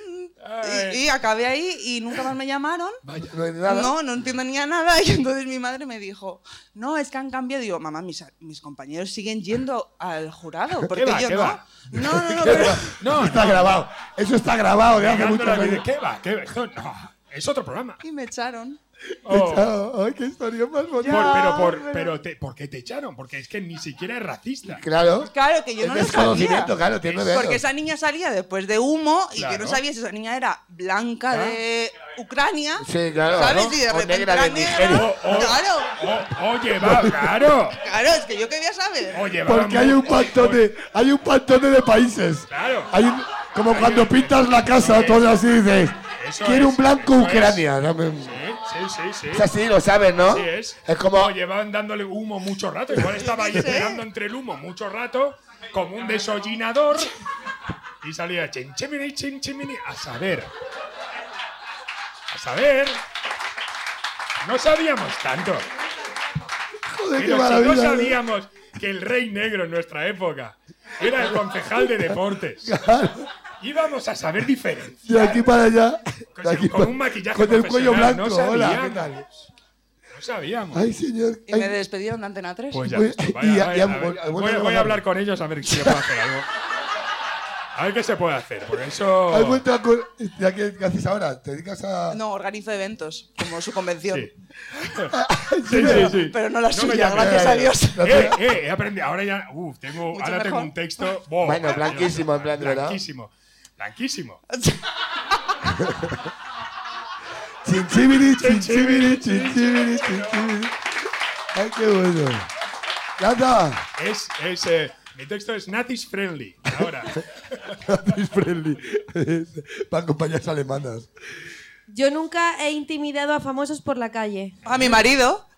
K: y, y acabé ahí y nunca más me llamaron.
A: No hay nada.
K: No, no entendía nada. Y entonces mi madre me dijo: No, es que han cambiado. Y digo, mamá, mis, mis compañeros siguen yendo al jurado. Porque
C: va,
K: yo
C: qué
K: no.
C: va?
K: No, no, no, pero.
C: No,
A: Está grabado. Eso está grabado de hace
C: Pegando
A: mucho
C: la vida.
A: tiempo.
C: ¿Qué va? ¿Qué va? Esto No, es otro programa.
K: Y me echaron.
C: Oh.
A: Ay, qué historia más bonita.
C: Por- pero por, pero te, ¿por qué te echaron? Porque es que ni siquiera es racista.
A: Claro.
K: Claro que yo no
A: es
K: lo sabía.
A: desconocimiento, claro, tiene nueve años.
K: Porque esa niña salía después de humo y yo
C: Claro. Ah.
K: no sabía si esa niña era blanca
C: Claro.
K: de Ucrania.
A: Sí, claro.
K: ¿Sabes?
A: ¿no?
K: Y de
A: O
K: repente
A: negra de
K: era
A: Nigeria.
K: negra.
C: Oh, oh.
K: Claro.
C: O- oye, va, claro.
K: Claro, es que yo quería saber.
C: Oye, va,
A: Porque hay un pantone, hay un pantone de países.
C: Claro.
A: Hay un- como cuando pintas la casa,
C: Eso
A: todo así dices,
C: Eso
A: quiero un
C: es,
A: blanco
C: eso es.
A: Ucrania. ¿no?
C: Sí, sí, sí.
A: Es
C: sí.
A: así, lo sabes, ¿no?
C: Sí es.
A: Es como,
C: No, llevaban dándole humo mucho rato. Igual estaba ahí
K: qué sé.
C: esperando entre el humo mucho rato, como un desollinador. Y salía chin, chimini, chin, chimini, a saber. A saber. No sabíamos tanto.
A: joder, qué
C: Pero si no
A: maravilla. ¿no?
C: sabíamos que el rey negro en nuestra época era el concejal de deportes. Íbamos a saber diferenciar.
A: De aquí para allá.
C: Con-
A: de aquí
C: con
A: para-
C: un maquillaje
A: Con el cuello
C: profesional,
A: blanco.
C: no sabíamos.
A: Hola, ¿qué tal?
C: No sabíamos.
A: Ay, señor.
K: Y
A: ay,
K: me despidieron de Antena 3.
C: Pues ya,
A: Voy-
C: listo.
A: y
C: Vaya,
A: ya-
C: a ver,
A: ya
C: a ver,
A: vol- vuelvo a
C: voy, voy
A: grabar.
C: a hablar con ellos a ver si se puede hacer algo. A ver qué se puede hacer, por eso.
A: ¿Has vuelto a col- ya que- ¿Qué haces ahora? ¿Te dedicas a.?
K: No, organizo eventos, como su convención.
C: Sí. Sí, sí, sí.
K: Pero no la
C: me
K: suya,
C: llames.
K: gracias a Dios.
C: Eh, eh, he aprendido. Ahora ya. Uf, tengo,
K: Mucho
C: ahora tengo
K: mejor.
C: un texto. Bo,
A: Bueno, blanquísimo, en plan, ¿verdad?
C: Blanquísimo. Blanquísimo.
A: Chinchibiri, chinchibiri, chinchibiri, chinchibiri. Ay, qué bueno. Ya está.
C: Es, es, eh, mi texto es Nazis friendly. Ahora.
A: Nazis friendly. Para compañías alemanas.
B: Yo nunca he intimidado a famosos por la calle.
K: A mi marido.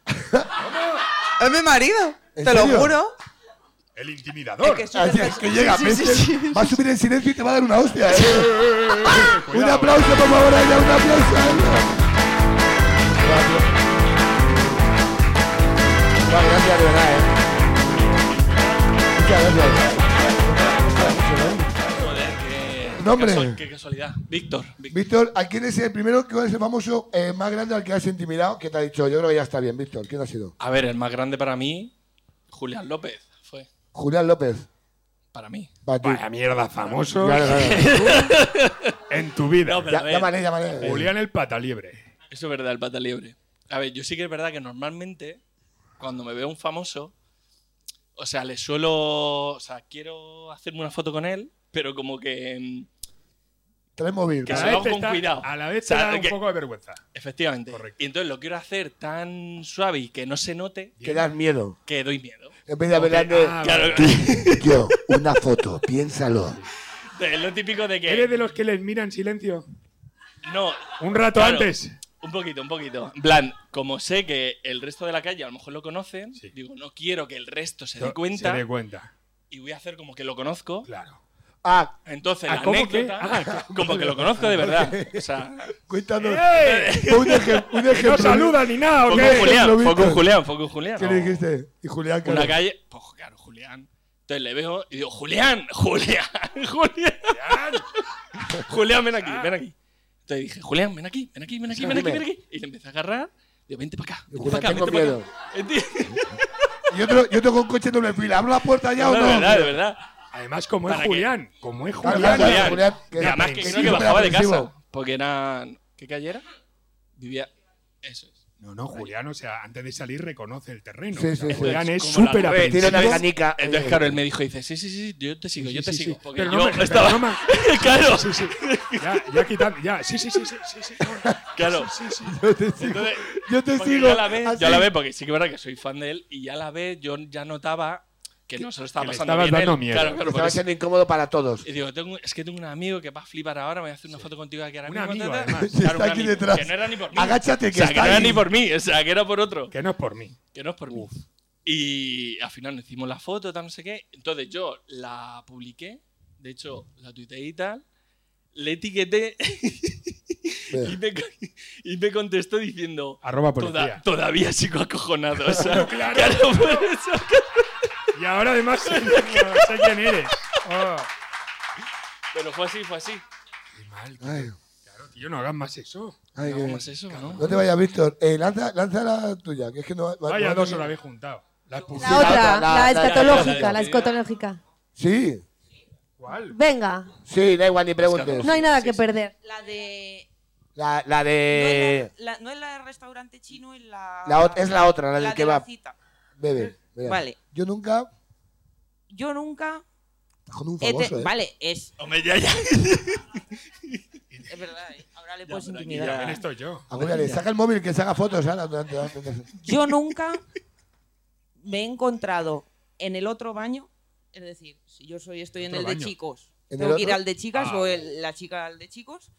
K: Es mi marido,
A: ¿En
K: te
A: serio?
K: lo juro.
C: El intimidador.
K: Es que
A: Así es que llega,
K: Sí, sí, sí,
A: Messi, va a subir en silencio y te va a dar una hostia. ¿eh? un
C: Cuidado,
A: aplauso, por favor, a ella, un aplauso. ¿eh? a ella. Vale, gracias, de verdad, ¿eh? Muchas gracias. Nombre.
E: Qué, casol- qué casualidad. Víctor. Víctor.
A: Víctor, ¿a quién es el primero? ¿Cuál es el famoso eh, más grande al que has intimidado? ¿Qué te ha dicho? Yo creo que ya está bien, Víctor. ¿Quién ha sido?
E: A ver, el más grande para mí, Julián López, fue.
A: Julián López.
E: Para mí.
A: Para ti.
C: Vaya mierda, famoso.
A: Claro, claro.
C: En tu vida.
E: No, pero-
A: Ya-
E: A ver.
A: Llámale, llámale.
C: Julián el pata liebre.
E: Eso es verdad, el pata liebre. A ver, yo sí que es verdad que normalmente, cuando me veo un famoso, o sea, le suelo. O sea, quiero hacerme una foto con él, pero como que. mm,
A: Trae móvil.
L: Que se
A: Cada
L: lo
A: vez
L: hago
A: te
L: con
A: está-
L: cuidado.
C: a la vez
L: O sea,
C: te da un
L: que-
C: poco de vergüenza.
L: Efectivamente. Y entonces lo quiero hacer tan suave y que no se note
J: Que das miedo.
L: que doy miedo.
J: En vez de hablar de.
L: Ah, vale.
A: Yo, una foto, piénsalo.
L: Es lo típico de que.
C: ¿Eres de los que les mira en silencio?
L: No.
C: Un rato
L: claro,
C: antes.
L: Un poquito, un poquito. En plan, como sé que el resto de la calle a lo mejor lo conocen, digo, no quiero que el resto se dé cuenta.
C: Se dé cuenta.
L: Y voy a hacer como que lo conozco.
C: Claro.
J: Ah,
L: Entonces,
C: ah,
L: la
C: ¿cómo que?
L: anécdota.
C: Ah,
L: como que lo conozco de verdad. O sea,
A: Cuéntanos.
C: ¡Ey!
A: Un, ejem- un
C: Que
A: ejemplo.
C: no saluda ni nada, ¿o
L: Fue
C: qué?
L: con Julián, fue con Julián, fue con Julián.
A: ¿Qué le dijiste? Y Julián,
L: Una
A: claro.
L: calle. Pues claro, Julián. Entonces le veo y digo, Julián, Julián, Julián. Julián, ven aquí, ven aquí. Entonces dije, Julián, ven aquí, ven aquí, ven aquí, ven aquí, ven aquí. Y le empecé a agarrar. Digo, vente para acá, vente para acá,
A: tengo
L: vente para
A: miedo.
L: acá.
A: Y otro, yo tengo un coche en doble fila. ¿Abro la puerta ya o
L: De
A: no?
L: verdad, de verdad.
C: Además, como
L: Para
C: es
L: que-
C: Julián, como es
A: Claro,
C: Julián,
A: Julián, Julián,
L: Y además que creo que
A: aprensivo,
L: bajaba de casa.
A: aprensivo.
L: Porque era. ¿Qué calle era? Vivía. Eso es.
C: No, no, Julián, o sea, antes de salir reconoce el terreno.
L: Sí,
C: O sea,
L: sí, sí.
C: Julián es
L: Como la
C: súper
L: red.
C: aprensivo.
L: Tiene una canica.
A: eh,
L: Entonces, claro, él me dijo, dice, sí, sí, sí, yo te sigo, yo te sigo. Porque
C: Pero
L: yo
C: no me- pero
L: estaba.
C: no me-
L: claro.
C: Sí, sí. Ya, ya quitando, ya. Sí, sí, sí, sí, sí, sí, no.
L: Claro.
C: Sí, sí, sí.
A: Yo te sigo.
L: Entonces,
A: yo te
L: porque
A: sigo.
L: Ya la ve,
A: así.
L: ya la ve, porque sí que es verdad que soy fan de él y ya la ve, yo ya notaba que no se lo estaba
C: que le
L: pasando
C: estabas
L: bien.
C: dando
L: él.
C: miedo.
L: Claro, claro, por
J: Estaba
L: eso.
J: siendo incómodo para todos.
L: Y digo, tengo- es que tengo un amigo que va a flipar ahora, me voy a hacer una foto contigo aquí ahora
C: Un
L: mismo.
C: amigo,
L: ta, ta.
C: además.
L: Claro,
A: Está
L: un
A: aquí
L: amigo,
A: detrás.
L: Que no era ni por mí.
A: Agáchate, que
L: O sea, que
A: está
L: no era
A: ahí.
L: ni por mí, o sea, que era por otro.
C: Que no es por mí.
L: Que no es por mí. Y al final nos hicimos la foto, tal, no sé qué. Entonces yo la publiqué, de hecho, la tuiteé y tal, le etiqueté y, me, co- y me contestó diciendo...
C: Arroba
L: "Toda-
C: policía.
L: todavía sigo acojonado. O sea,
C: Claro.
L: claro, por eso.
C: Y ahora además sé sé quién eres. Oh,
L: Pero fue así, fue así.
C: qué mal.
A: Ay,
C: Claro, tío, no hagas más eso.
A: ay,
L: No,
A: que-
L: ¿cómo es eso, no?
A: No te vayas, Víctor. Eh, lanza, lanza la tuya, que es que no va- va-
C: Vaya
A: no
C: dos os
A: va-
C: la habéis juntado. La expulsión.
B: La otra,
J: la-
B: la
J: la-
B: escatológica,
L: la-
B: la escatológica.
A: Sí,
C: ¿Cuál?
B: Venga,
J: Sí, da igual, ni preguntes.
B: no hay nada que perder.
M: La de.
J: La, la
A: Eh,
J: de.
M: no, es la, la- no es la del restaurante chino, es la.
J: La ot- es la otra, la del
M: de la
J: kebab.
M: cita.
A: bebe. bebe.
M: Vale.
A: Yo nunca.
M: Yo nunca.
A: Con un
M: he te-
A: famoso, eh.
M: Vale, es.
L: Hombre, ya, ya.
M: Es verdad, eh, ahora le
L: Ya,
M: puedes
L: pero aquí
M: intimidar.
L: ya
C: ¿Quién estoy yo?
A: Apúrale, saca el móvil que se haga fotos, Ana. durante- durante-
M: Yo nunca me he encontrado en el otro baño. Es decir, si yo soy, estoy en
C: ¿Otro
M: el de
C: baño?
M: chicos,
A: ¿En
M: tengo
A: el
M: que ir
A: otro?
M: al de chicas
C: Ah,
M: o el- la chica al de chicos.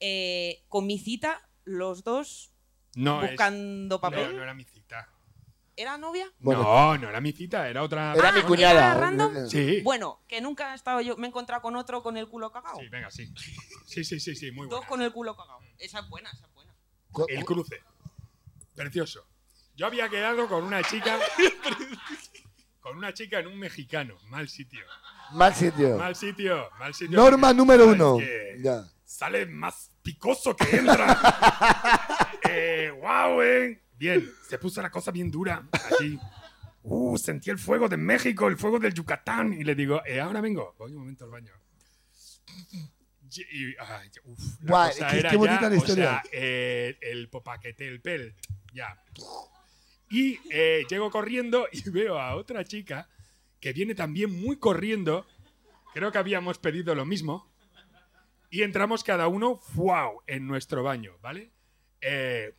M: eh, con mi cita, los dos
C: No, es-
M: buscando
C: No,
M: papel.
C: no era mi cita.
M: ¿Era novia?
A: Bueno.
C: No, no era mi cita, era otra.
J: Era mi cuñada.
M: Ah, ¿era random?
C: Sí.
M: Bueno, que nunca he estado yo, me he encontrado con otro con el culo cagado.
C: Sí, venga, sí. Sí, sí, sí, sí, muy
M: dos
C: bueno.
M: con el culo cagado. Esa es buena, esa es buena.
A: Co-
C: El cruce. Precioso. Yo había quedado con una chica. con una chica en un mexicano. Mal sitio.
A: Mal sitio.
C: Mal sitio. Mal sitio.
A: Norma número
C: ¿Sabes
A: uno.
C: qué?
A: Ya.
C: Sale más picoso que entra. eh, wow, eh. Bien. Se puso la cosa bien dura. Allí. Uh, sentí el fuego de México, el fuego del Yucatán. Y le digo, eh, ahora vengo. Voy un momento al baño. Y, y- ay, uf, la
A: Guau,
C: cosa
A: qué-
C: era
A: qué bonita
C: ya,
A: la historia.
C: O sea, eh, el popaquete, el pel, ya. Y eh, llego corriendo y veo a otra chica que viene también muy corriendo. Creo que habíamos pedido lo mismo. Y entramos cada uno, wow, en nuestro baño, ¿vale? Eh,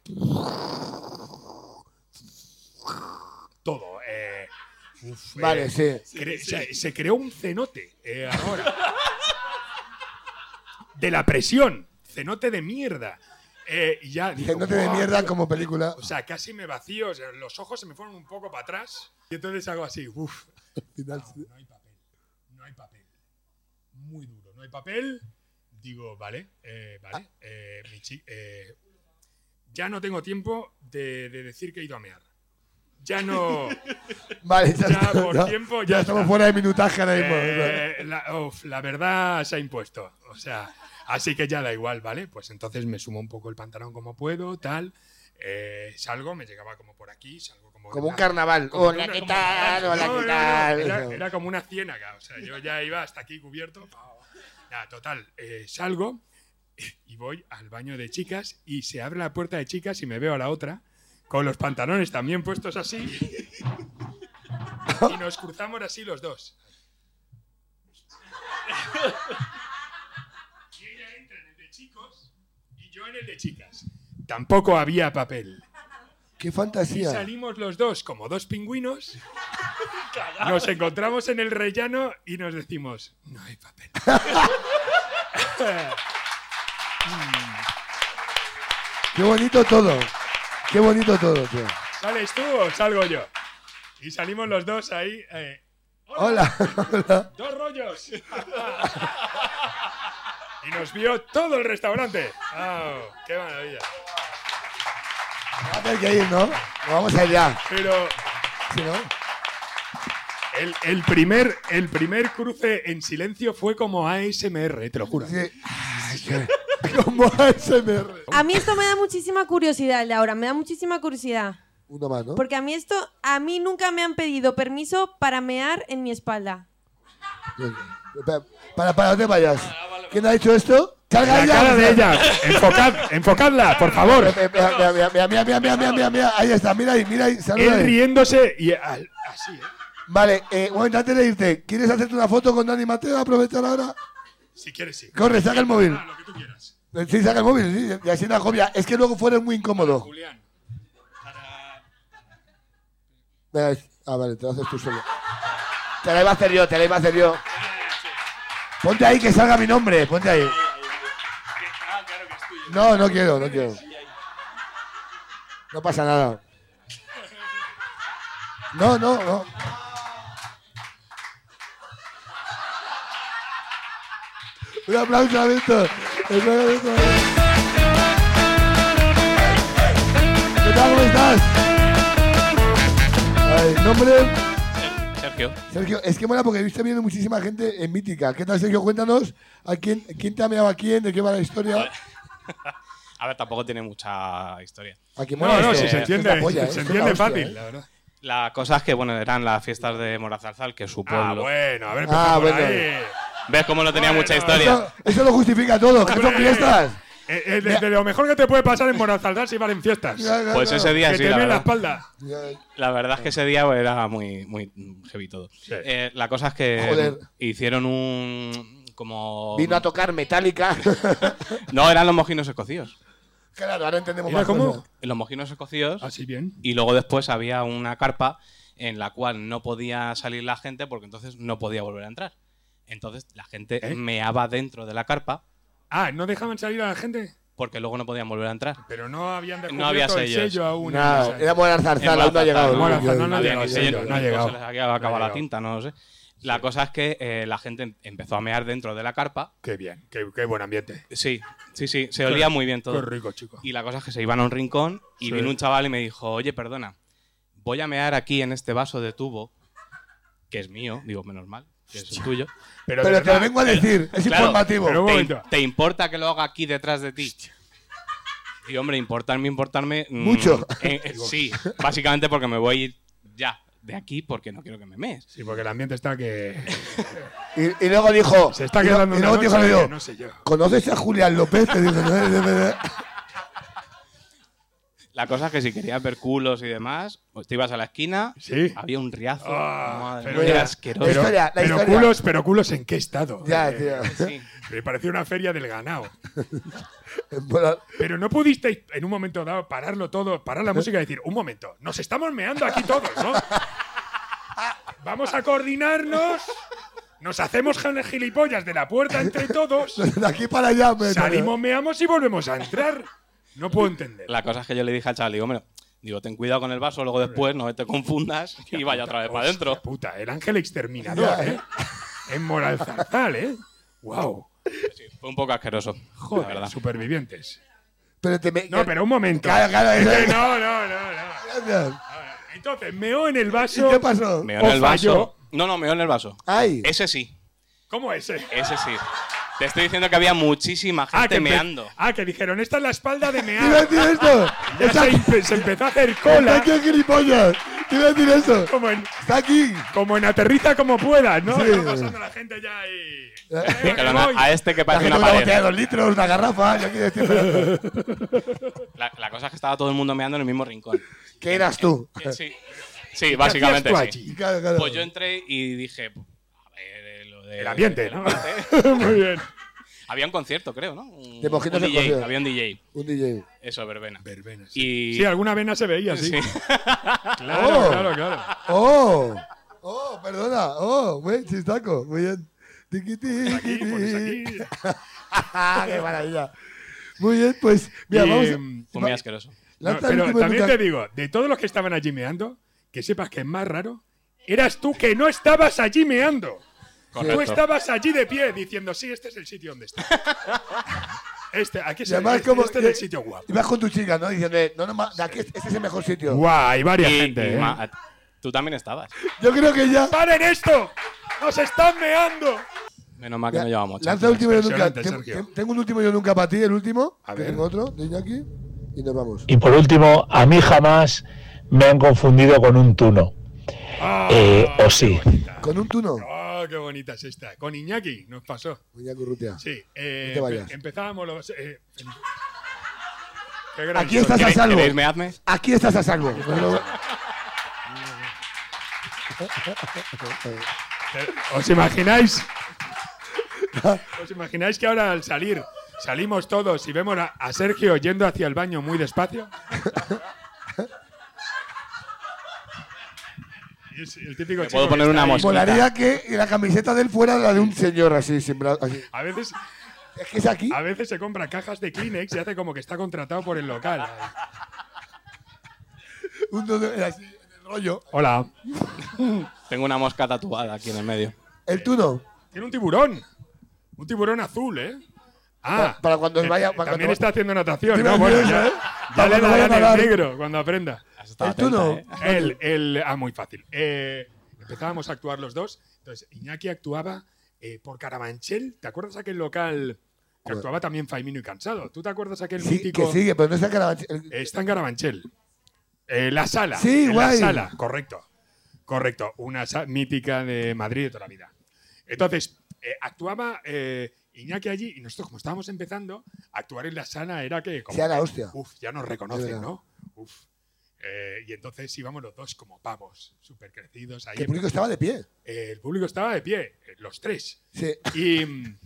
C: todo. eh, uf, eh,
A: Vale, sí.
C: Cre- Se, se creó un cenote eh, ahora. de la presión. Cenote de mierda. Eh, y ya, digo,
A: Cenote de
C: "Buah,
A: mierda
C: tío".
A: como película.
C: O sea, casi me vacío. o sea, los ojos se me fueron un poco para atrás. Y entonces hago así. Uf.
A: Final,
C: No, no hay papel. No hay papel. Muy duro. No hay papel. Digo, vale, eh, vale. eh, mi chi- eh, ya no tengo tiempo de, de decir que he ido a mear. Ya no.
A: Vale, ya,
C: Ya,
A: está,
C: por tiempo, ya
A: estamos
C: está.
A: fuera de minutaje ahora mismo.
C: Eh, la, uf, la verdad se ha impuesto. O sea, así que ya da igual, ¿vale? Pues entonces me sumo un poco el pantalón como puedo, tal. eh, salgo, me llegaba como por aquí, salgo como.
J: Como un
C: carnaval
J: carnaval.
C: como
J: Hola,
C: una-
J: ¿qué
C: como
J: tal?
C: una-
J: Hola,
C: no,
J: ¿qué
C: no,
J: tal?
C: no, Era, era como una ciénaga, o sea, yo ya iba hasta aquí cubierto. pa, pa. Nada, total, eh, salgo y voy al baño de chicas y se abre la puerta de chicas y me veo a la otra con los pantalones también puestos así y nos cruzamos así los dos. Y ella Yo en el de chicas. Tampoco había papel.
A: ¡Qué
C: Y
A: fantasía!
C: salimos los dos como dos pingüinos. Nos encontramos en el rellano y nos decimos, no hay papel. Mm.
A: ¡Qué bonito todo! ¡Qué bonito todo, tío!
C: ¿Sales tú o salgo yo? Y salimos los dos ahí. eh,
A: Hola, hola.
C: ¡Dos rollos! y nos vio todo el restaurante. ¡Au! ¡Qué maravilla!
A: Va a tener que ir, ¿no? Nos Vamos allá.
C: Pero
A: Si no,
C: el, el primer, el primer cruce en silencio fue como ASMR, te lo juro.
A: como ASMR.
B: A mí esto me da muchísima curiosidad, el de ahora, me da muchísima curiosidad.
A: Uno más, ¿no?
B: Porque a mí esto, a mí nunca me han pedido permiso para mear en mi espalda.
A: Espera, Para, para, no te vayas. ¿Quién ha hecho esto? ¡Carga
C: Ah, La
A: ya!
C: cara de ella. Enfocad, enfocadla, por favor.
A: Mira, mira, mira, mira, mira, mira, mira, mira, mira, mira. Ahí está, mira ahí, mira ahí. saluda
C: Él
A: ahí.
C: riéndose y al- así, ¿eh?
A: Vale, eh, bueno, antes de irte, ¿quieres hacerte una foto con Dani Mateo? Aprovechar ahora.
C: Si quieres, sí.
A: Corre, saca el móvil.
C: Ah, lo que tú quieras.
A: Sí, saca el móvil, sí, y así no agobia. Es que luego fuera es muy incómodo.
C: Julián.
A: Venga, es- Ah, vale, te lo haces tú solo.
J: Te la iba a hacer yo, te la iba a hacer yo.
A: Ponte ahí que salga mi nombre, ponte ahí.
C: Ah,
A: No, no quiero, no quiero. No pasa nada. No, no, no. Un aplauso a Víctor. Un aplauso a Víctor. ¿Qué tal? ¿Cómo estás? Ay, nombre.
E: Sergio.
A: Sergio, es que mola porque viste viendo muchísima gente en Mítica. ¿Qué tal, Sergio? Cuéntanos a quién, quién te ha mirado a quién, de qué va la historia.
N: A ver, tampoco tiene mucha historia.
A: Aquí mola No, no, este- si se entiende, esta polla,
C: se ¿eh? entiende Esta fácil, hostia, ¿eh? la verdad.
N: La cosa es que, bueno, eran las fiestas de Morazarzal, que es su pueblo.
C: Ah, bueno, a ver,
A: Ah, por bueno.
C: ahí.
N: ¿Ves cómo no tenía mucha
A: Eso,
N: historia?
A: eso lo justifica todo, que son
C: Hombre.
A: fiestas.
C: Eh, eh, de, de lo mejor que te puede pasar en Morazaldar si van en fiestas.
A: Ya,
N: ya, Pues ya. ese día
C: que
N: sí,
C: te
N: la
C: ven la
N: verdad.
C: espalda.
N: La verdad es que ese día pues, era muy, muy heavy todo. Eh, la cosa es que
J: Joder.
N: hicieron un. como.
J: Vino a tocar Metallica.
N: No, eran los mojinos escocíos.
A: Claro, ahora entendemos
N: Mira,
A: más.
N: ¿cómo?
A: cosas.
N: Los mojinos escocíos.
C: Así Ah, bien.
N: Y luego después había una carpa en la cual no podía salir la gente porque entonces no podía volver a entrar. Entonces la gente
C: ¿Eh?
N: meaba dentro de la carpa
C: Ah, ¿no dejaban salir a la gente?
N: porque luego no podían volver a entrar.
C: Pero no habían descubierto
N: No había
C: el
N: sellos.
C: sello aún.
A: No,
C: O sea,
A: era Morazarzal, aún no ha llegado.
C: Morazarzal no,
N: no
C: ha
N: había
C: llegado.
N: ni
C: sello,
N: sello,
C: no ha
N: ni
C: llegado.
N: cosa, les había acabado
C: No ha
N: la
C: llegado.
N: tinta, no lo sé. La cosa es que eh, la gente empezó a mear dentro de la carpa.
C: Qué bien, qué, qué buen ambiente.
N: Sí, sí, sí, se
C: Qué-
N: olía muy bien todo.
C: qué rico, chico.
N: Y la cosa es que se iban a un rincón y
C: Sí.
N: vino un chaval y me dijo, oye, perdona, voy a mear aquí en este vaso de tubo, que es mío, digo, menos mal, que es tuyo.
A: Pero Pero de te lo verdad- vengo a decir, es informativo. Pero un
N: ¿te,
A: momento.
N: te importa que lo haga aquí detrás de ti? Y hombre, importarme, importarme... mm,
A: Mucho.
N: eh, eh, sí, básicamente porque me voy a ir ya de aquí porque no quiero que me mees.
C: Sí, porque el ambiente está que.
A: Y, y luego dijo.
C: Se está
A: y lo-
C: quedando
A: y
C: una
A: luego dijo,
C: noche
A: le digo,
C: que no sé yo.
A: ¿conoces a Julián López? Te digo, no, de verdad.
N: La cosa es que si querías ver culos y demás, pues te ibas a la esquina, había un riazo.
A: Ah,
N: madre
C: Pero,
N: mía,
C: ya-
N: asqueroso.
C: pero- pero culos, pero culos en qué estado.
A: Ya,
C: Eh,
A: tío.
C: Me pareció una feria del ganado.
A: Mola-
C: Pero no pudisteis en un momento dado pararlo todo, parar la música y decir, un momento, nos estamos meando aquí todos, ¿no? Vamos a coordinarnos, nos hacemos jale- gilipollas de la puerta entre todos,
A: De aquí para allá, me-
C: salimos, meamos y volvemos a entrar. No puedo entender.
N: La cosa es que yo le dije al chaval, digo, "Hombre, digo, ten cuidado con el vaso, luego después no te confundas y vaya otra vez para adentro.
C: Puta, el ángel exterminador, ¿eh? En moral zarzal, ¿eh? Wow.
N: Fue un poco asqueroso. la
C: Joder,
N: verdad.
C: supervivientes.
A: Pero te me-
C: No, pero un momento.
A: Claro, claro, eso es.
C: no, no, no, no. Entonces, meó en el vaso.
A: ¿Y qué pasó?
N: Meó en
C: o
N: el vaso.
C: falló.
N: No, no, meó en el vaso.
A: Ay.
N: Ese sí,
C: ¿Cómo ese?
N: ese sí. Te estoy diciendo que había muchísima gente
C: empe-
N: meando.
C: Ah, que dijeron, esta es la espalda de
A: Te iba a
C: mear.
A: decir esto.
C: Ya se, empe- se empezó a hacer
A: Está
C: cola.
A: aquí el gilipollas. Te iba a decir eso.
C: Como en,
A: Está aquí.
C: como en aterriza como puedas, ¿no?
A: Sí.
C: No pasando la gente ya ahí.
N: Dijeron, "A- a este que
A: La
N: parece
A: gente
N: una
A: con una botella de
N: pared.
A: dos litros, una garrafa. Yo aquí decir.
N: La, la cosa es que estaba todo el mundo meando en el mismo rincón.
A: ¿Qué eras tú?
N: Eh, Sí, sí básicamente.
A: ¿Qué hacías tú
N: sí.
A: allí? Claro, claro.
N: Pues yo entré y dije, "Pues, a ver, eh, lo de-
C: El ambiente,
N: el
C: ¿no?
N: ambiente.
C: Muy bien.
N: Había un concierto, creo, ¿no? Un-
C: De Mojitos
N: un
C: en
N: DJ,
C: concierto.
N: había un DJ.
A: Un DJ.
N: Eso, verbena. Verbena,
C: Sí,
N: Y...
C: alguna vena se veía,
N: Sí.
C: sí. claro,
A: Oh.
C: claro, claro.
A: ¡Oh! ¡Oh, perdona! ¡Oh, güey, chistaco! Muy bien. Tiqui, tiqui, tiqui. Ah, ¡Qué maravilla! Muy bien, pues, mira,
C: Y,
A: vamos.
C: mm,
A: a-
N: Fue muy asqueroso.
A: La
C: No,
A: otra
C: pero
A: última
C: también
A: pregunta-
C: te digo, de todos los que estaban allí meando, que sepas que es más raro, eras tú que no estabas allí meando.
A: Correcto.
C: Tú estabas allí de pie diciendo, sí, este es el sitio donde está. este, aquí
A: Y
C: se
A: además,
C: este,
A: como.
C: este es el sitio guapo.
A: Y vas con tu chica, ¿no? Diciendo, no, no, ma- de aquí este es el mejor sitio.
C: Guau, hay varias
N: Y-
C: gente,
N: y
C: ¿eh?
N: ma- Tú también estabas.
A: Yo creo que ya.
C: ¡Paren esto! ¡Nos están meando!
N: Menos mal que no llevábamos.
A: Lanza el último yo nunca. Tengo- Tengo un último yo nunca para ti, el último. que
N: ver.
A: Tengo otro, de Iñaki. Y nos vamos.
H: Y por último, a mí jamás me han confundido con un tuno. Eh, o sí.
A: ¿Con un tuno?
C: ¡Oh, qué bonita es esta! Con Iñaki nos pasó.
A: Iñaki Urrutia.
C: Sí. eh,
A: No te vayas.
C: Empezábamos los... eh, qué gran
A: Aquí estás a
C: historia.
A: salvo.
N: queréis mearme?
A: Aquí estás a salvo.
C: ¿Os imagináis? ¿Os imagináis que ahora al salir salimos todos y vemos a, a Sergio yendo hacia el baño muy despacio? Y es el típico chico que está ahí.
A: Molaría que la camiseta de él fuera la de un señor así, sin bra- así.
C: A veces.
A: Es que es aquí.
C: A veces se compra cajas de Kleenex y hace como que está contratado por el local.
A: Un tuno era así, en el rollo.
C: Hola.
N: Tengo una mosca tatuada aquí en el medio.
A: El tuno.
C: Tiene un tiburón. Un tiburón azul, ¿eh? Ah.
A: Para- para cuando
C: eh,
A: vaya-
C: eh,
A: para
C: también
A: cuando-
C: está haciendo natación,
A: Te
C: ¿no?
A: iba a
C: Bueno,
A: decir
C: ya,
A: eso, ¿eh?
C: ya
A: Para
C: le
A: cuando vaya a
C: darán el
A: nadar.
C: negro cuando aprenda.
A: estado El atenta, tuno. ¿eh?
C: El, el- ah, muy fácil. Eh, empezábamos a actuar los dos. Entonces, Iñaki actuaba eh, por Carabanchel. ¿Te acuerdas aquel local que actuaba también Faimino y Cansado? ¿Tú te acuerdas aquel
A: Sí,
C: mítico?
A: que sigue, pero no está en Carabanchel.
C: Eh, Está en Carabanchel. Eh, la sala.
A: Sí,
C: en
A: guay.
C: La sala, correcto. Correcto. Una sa- mítica de Madrid de toda la vida. Entonces, eh, actuaba eh, Iñaki allí y nosotros, como estábamos empezando, actuar en la sala era que. Como,
A: Sea la hostia.
C: Uf, ya nos
A: De
C: reconocen,
A: verdad.
C: ¿no? Uf. Eh, y entonces íbamos los dos como pavos, súper crecidos. Ahí
A: Que el público estaba de pie.
C: Eh, el público estaba de pie, eh, los tres.
A: Sí.
C: Y. mm,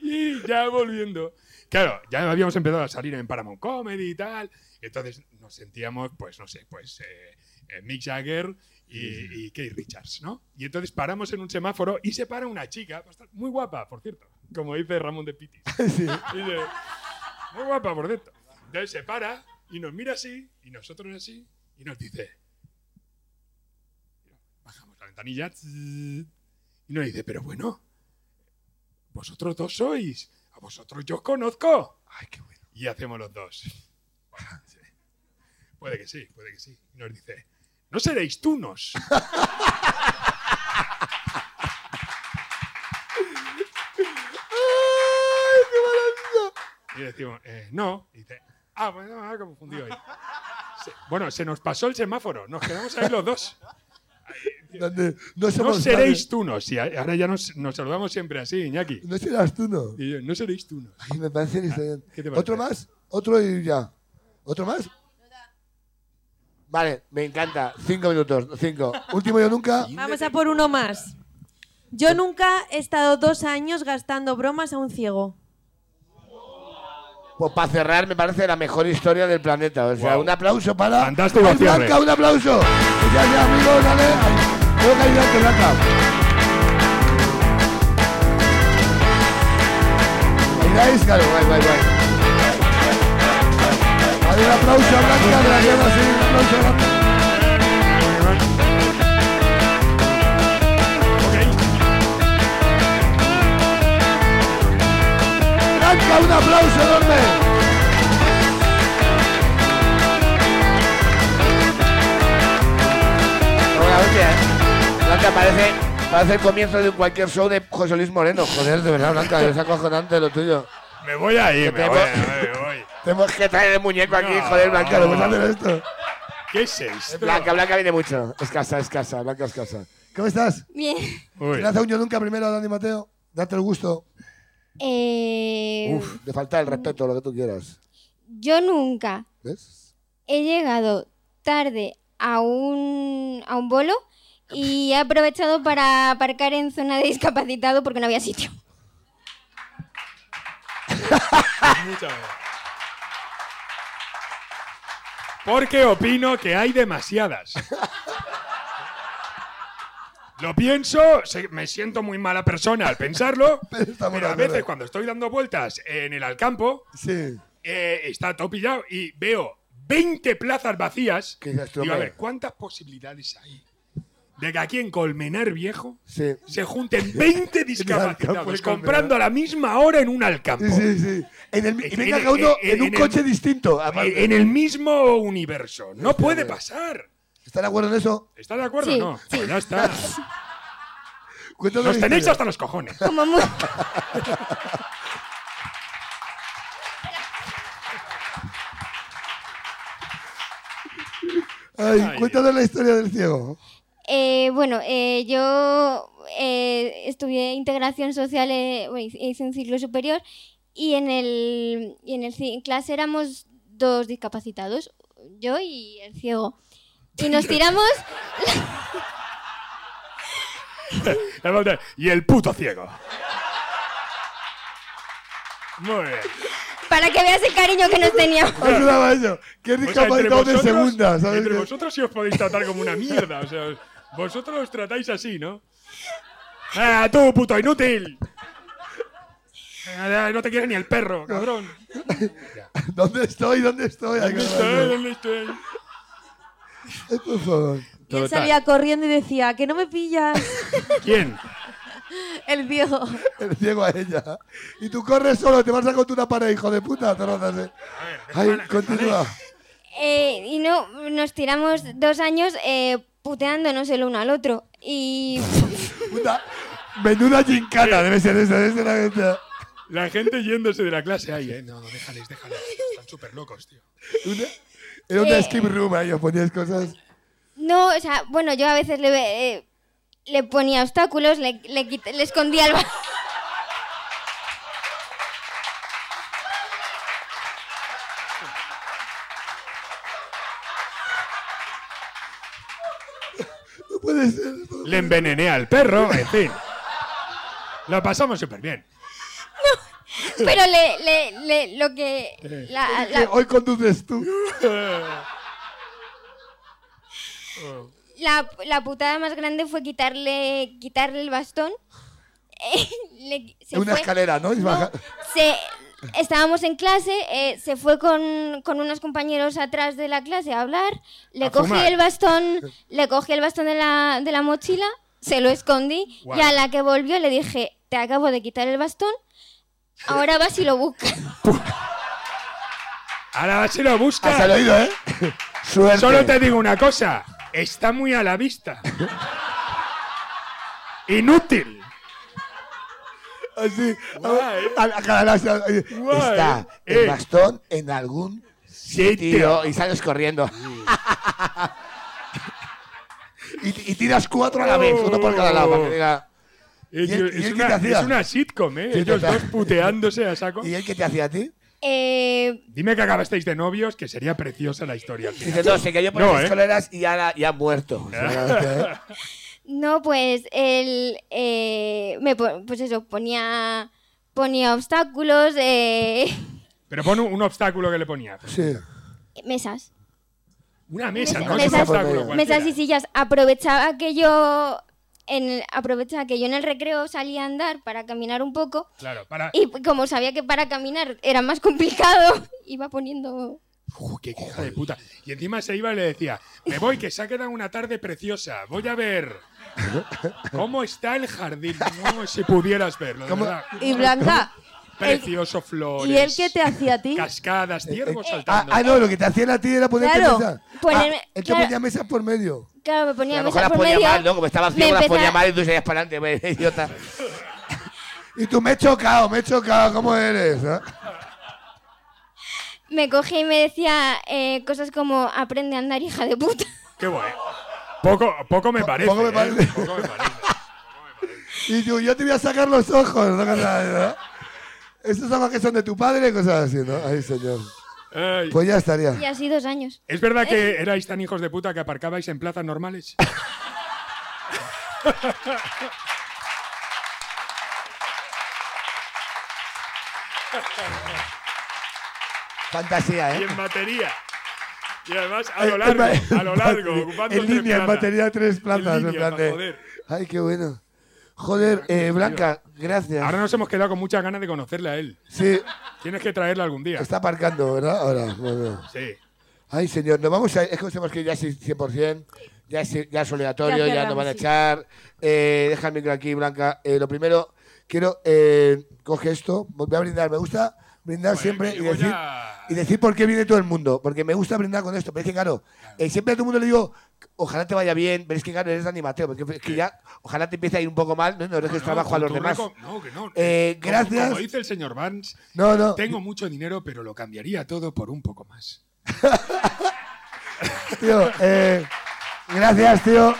C: y ya volviendo. Claro, ya habíamos empezado a salir en Paramount Comedy y tal. Entonces nos sentíamos, pues no sé, pues eh, eh, Mick Jagger y, y Keith Richards, ¿no? Y entonces paramos en un semáforo y se para una chica, bastante- muy guapa, por cierto, como dice Ramón de Pitis. Dice, muy guapa, por cierto. Entonces se para y nos mira así, y nosotros así, y nos dice, bajamos la ventanilla, tss, y nos dice, pero bueno, vosotros dos sois, a vosotros yo os conozco. Ay, qué bueno. Y hacemos los dos. Sí. Puede que sí, puede que sí. Y nos dice, no seréis tunos.
A: ¡Ay, qué maravilla!
C: Y decimos, eh, no. Y dice, ah, bueno, me ha confundido ahí. Se- bueno, se nos pasó el semáforo, nos quedamos ahí los dos.
A: Donde no
C: No
A: somos
C: seréis tunos. Y a- ahora ya nos, nos saludamos siempre así, Iñaki.
A: No serás tuno.
C: Y yo, no seréis tunos.
A: Ay, me parece que está bien.
C: ¿Qué te parece?
A: ¿Otro más? ¿Otro y ya? ¿Otro más? Vale, me encanta. Cinco minutos, cinco. Último yo nunca.
B: Vamos a por uno más. Yo nunca he estado dos años gastando bromas a un ciego.
J: Pues para cerrar, me parece la mejor historia del planeta. O sea,
A: Guau.
J: un aplauso para.
A: Fantástico Ay, cierre. Blanca, un aplauso. Ya, ya, amigos, dale. Tengo que ayudarte, Blanca. ¿Bailáis? Claro, guay, guay, guay. Vale, un aplauso a Blanca, que la lleva así. Un aplauso a Blanca. Blanca, un aplauso enorme.
J: Buena hostia, ¿eh? Blanca, parece, parece el comienzo de cualquier show de José Luis Moreno. Joder, de verdad, Blanca, es acojonante lo tuyo.
C: Me voy a
J: Que
C: ir, me
J: te
C: voy,
J: hemos-
C: me voy.
J: Tenemos que traer el muñeco aquí, joder, Blanca, lo vamos a hacer esto.
C: ¿Qué es esto?
J: Blanca, Blanca viene mucho. Es casa, es casa, Blanca es casa.
A: ¿Cómo estás?
O: Bien.
C: Uy.
A: Gracias un yo nunca primero, Dani Mateo. Date el gusto.
O: Eh,
A: Uf, le falta el respeto, lo que tú quieras.
O: yo nunca
A: ¿Ves?
O: he llegado tarde a un, a un bolo y he aprovechado para aparcar en zona de discapacitado porque no había sitio.
C: Muchas gracias. Porque opino que hay demasiadas. Lo pienso, se- me siento muy mala persona al pensarlo, pero,
A: muy de
C: a
A: acuerdo.
C: veces cuando estoy dando vueltas en el Alcampo, eh, está todo pillado y veo 20 plazas vacías.
A: tú,
C: Digo, a
A: hombre?
C: ver, ¿cuántas posibilidades hay de que aquí en Colmenar Viejo se junten 20
A: Alcampo
C: discapacitados
A: de Colmenar.
C: comprando a la misma hora en un Alcampo?
A: Sí, sí. En el, y venga cada uno en, un coche distinto.
C: En el mismo universo. No puede pasar.
A: ¿Está de acuerdo en eso?
C: ¿Está de acuerdo
A: Sí,
C: o no?
A: sí.
C: Pues ya está.
A: Cuéntanos
C: Los
A: la
C: tenéis
A: historia.
C: hasta los cojones.
O: Como muy...
A: Ay,
O: Ay.
A: cuéntanos la historia del ciego.
O: Eh, bueno, eh, yo eh, estudié integración social, eh, bueno, hice- hice un ciclo superior y en el, y en el ci- en clase éramos dos discapacitados, yo y el ciego. Y nos tiramos,
C: y el puto ciego. Muy bien.
O: para que veas el cariño que nos teníamos.
A: Ayudaba eso. Qué
C: sea,
A: discapacitado
C: entre
A: de
C: vosotros-
A: segunda, ¿sabes?
C: Entre vosotros sí os podéis tratar como una mierda. O sea, vosotros os tratáis así, ¿no? ¡Ah, tú, puto inútil! Ah, No te quiere ni el perro, cabrón.
A: ¿Dónde estoy? ¿Dónde estoy? Ay,
C: ¿Dónde
A: qué
C: estoy?
A: horror.
C: ¿Dónde estoy?
A: Ay, por favor.
B: Y él salía corriendo y decía, que no me pillas.
C: ¿Quién?
B: El viejo.
A: El ciego a ella. Y tú corres solo, te vas a contra una pared, hijo de puta. Te rozas, eh. Ay, continúa.
O: Eh, y no, nos tiramos dos años eh, puteándonos el uno al otro. Y
A: Menuda gincana debe ser esa, debe ser la gente.
C: La gente yéndose de la clase ahí, ¿eh? No, déjales, déjales. Están súper locos, tío.
A: Era una
O: Eh.
A: escape room ahí, os poníais cosas.
O: no, o sea, bueno, yo a veces le, eh, le ponía obstáculos, le, le, quit- le escondía el balón.
A: No puede ser.
C: Le envenené al perro, en fin. Lo pasamos súper bien.
O: Pero le, le, le- lo que...
C: Eh.
O: la-
A: Que
O: Ah, la-
A: hoy conduces tú.
O: la, la putada más grande fue quitarle, quitarle el bastón. Eh, le- se
A: En una
O: fue-
A: escalera, ¿no? Y baja-
O: se- estábamos en clase, eh, se fue con, con unos compañeros atrás de la clase a hablar, le
P: A
O: cogí
P: fumar.
O: el bastón, le cogí el bastón de la, de la mochila, se lo escondí
P: Guau.
O: y a la que volvió le dije, te acabo de quitar el bastón, ahora vas y lo buscas.
C: Ahora si lo buscas.
A: Has salido, ¿eh? Suerte.
C: Solo te digo una cosa. Está muy a la vista. Inútil.
A: Así. A la cara la-
C: Guay.
J: Está
C: Eh.
J: el bastón en algún
C: Sitio.
J: sitio y sales corriendo.
A: y, y tiras cuatro a la vez, uno por cada lado. Para que diga.
C: Oh. Es,
A: ¿Y él-
C: es
A: y él qué
C: una,
A: te hacía?
C: es una sitcom, ¿eh?
A: Sí,
C: Ellos
A: total.
C: dos puteándose a saco. ¿Y
A: él qué te hacía a ti?
O: Eh,
C: Dime que acabasteis de novios, que sería preciosa la historia. al final.
J: Dice, no, se cayó por las
C: ¿eh?
J: escaleras y ya, la- ya ha muerto. ¿eh?
O: No, pues él eh, me po- pues eso, ponía ponía obstáculos, eh,
C: Pero pon un, un obstáculo que le ponía.
O: mesas.
C: Una mesa,
O: Mesas-
C: ¿no? Es un
O: mesas,
J: pues,
C: obstáculo cualquiera.
O: mesas y sillas. Aprovechaba que yo en el- aprovechaba que yo en el recreo salía a andar para caminar un poco
C: Claro, para.
O: y como sabía que para caminar era más complicado, iba poniendo
C: Uy, qué hija de puta. Y encima se iba y le decía, me voy, que se ha quedado una tarde preciosa. Voy a ver cómo está el jardín. No, si pudieras verlo, de
B: ¿Cómo?
C: verdad.
B: Y Blanca,
C: Precioso, flores.
B: ¿Y él qué te hacía a ti?
C: Cascadas, ciervos
A: Ah,
C: saltando.
A: ah, no, lo que te hacían a ti era ponerte
O: Claro,
A: mesa.
O: ponerme-
A: Ah, él te
O: claro.
A: ponía mesas por medio.
O: Claro, me ponía
J: a lo mejor
O: mesas
J: las
O: por
J: ponía
O: medio.
J: mal, ¿no? Como estaba
O: me
J: ciego, las ponía
O: empezaba-
J: mal y tú salías para adelante, güey, idiota.
A: Y tú me he chocado, me he chocado, ¿cómo eres? eh?
O: me cogía y me decía eh, cosas como aprende a andar, hija de puta.
C: Qué guay. Poco, poco me parece.
A: poco me
C: ¿eh?
A: parece.
C: Poco me parece.
A: Y yo, yo te voy a sacar los ojos, ¿no? Cosas así, ¿no? Estos ojos que son de tu padre, cosas así, ¿no? Ay, señor.
C: Ay.
A: Pues ya estaría.
O: Y así dos años.
C: ¿Es verdad que erais tan hijos de puta que aparcabais en plazas normales?
A: Fantasía, ¿eh?
C: Y en batería. Y además a
A: Eh,
C: lo largo,
A: en ba-
C: a lo largo,
A: en
C: ocupando
A: En
C: tres
A: línea, en
C: plazas.
A: batería, tres plazas.
C: En
A: En
C: línea,
A: plan de-
C: pa' joder.
A: Ay, qué bueno. Joder, eh, Blanca, gracias.
C: Ahora nos hemos quedado con muchas ganas de conocerle a él.
A: Sí.
C: Tienes que traerle algún día.
A: Está aparcando, ¿verdad? Ahora, bueno.
C: Sí.
A: Ay, señor, nos vamos a... Es que tenemos que ir ya sí, 100%. Ya es, ya es obligatorio,
I: Ya
A: ya, nos van a
I: cerramos, sí.
A: echar. Eh, deja el micro aquí, Blanca. Eh, lo primero, quiero... eh, coge esto, voy a brindar. Me gusta brindar siempre y decir, y decir por qué viene todo el mundo. Porque me gusta brindar con esto. Pero es que, claro, eh, siempre a todo el mundo le digo, ojalá te vaya bien. Pero es que, claro, eres Dani Mateo. Porque es que ya, ojalá te empiece a ir un poco mal. No, no dejes
C: No,
A: trabajo
C: con
A: a los
C: tu
A: demás.
C: reco- No, que no.
A: Eh,
C: Como-
A: gracias.
C: Como dice el señor Barnes,
A: No, no.
C: tengo mucho dinero, pero lo cambiaría todo por un poco más.
A: Tío, eh, gracias, tío,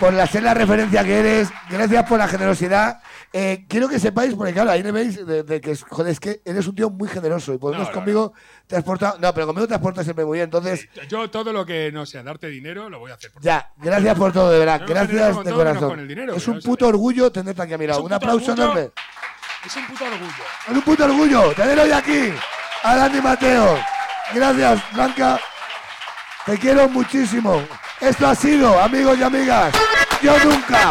A: por la ser la referencia que eres. Gracias por la generosidad. Eh, quiero que sepáis, porque claro, ahí me veis, de, de que es- joder, es que eres un tío muy generoso y por lo menos
C: No, no,
A: conmigo te has portado. No, pero conmigo te has portado siempre muy bien. Entonces,
C: Yo todo lo que no sea darte dinero lo voy a hacer. por
A: ya, gracias por todo, de verdad.
C: No, no,
A: Gracias de
C: con todo menos con
A: corazón.
C: el dinero,
A: es
C: pero
A: un
C: es-
A: puto orgullo tenerte aquí a mi lado.
C: Es un
A: Un,
C: puto
A: aplauso
C: orgullo.
A: enorme.
C: Es un puto orgullo.
A: Es un puto orgullo. Tener hoy aquí a Dani Mateo. Gracias, Blanca. Te quiero muchísimo. Esto ha sido, amigos y amigas, Yo Nunca.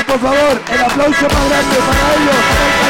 A: Y por favor, el aplauso más grande para ellos.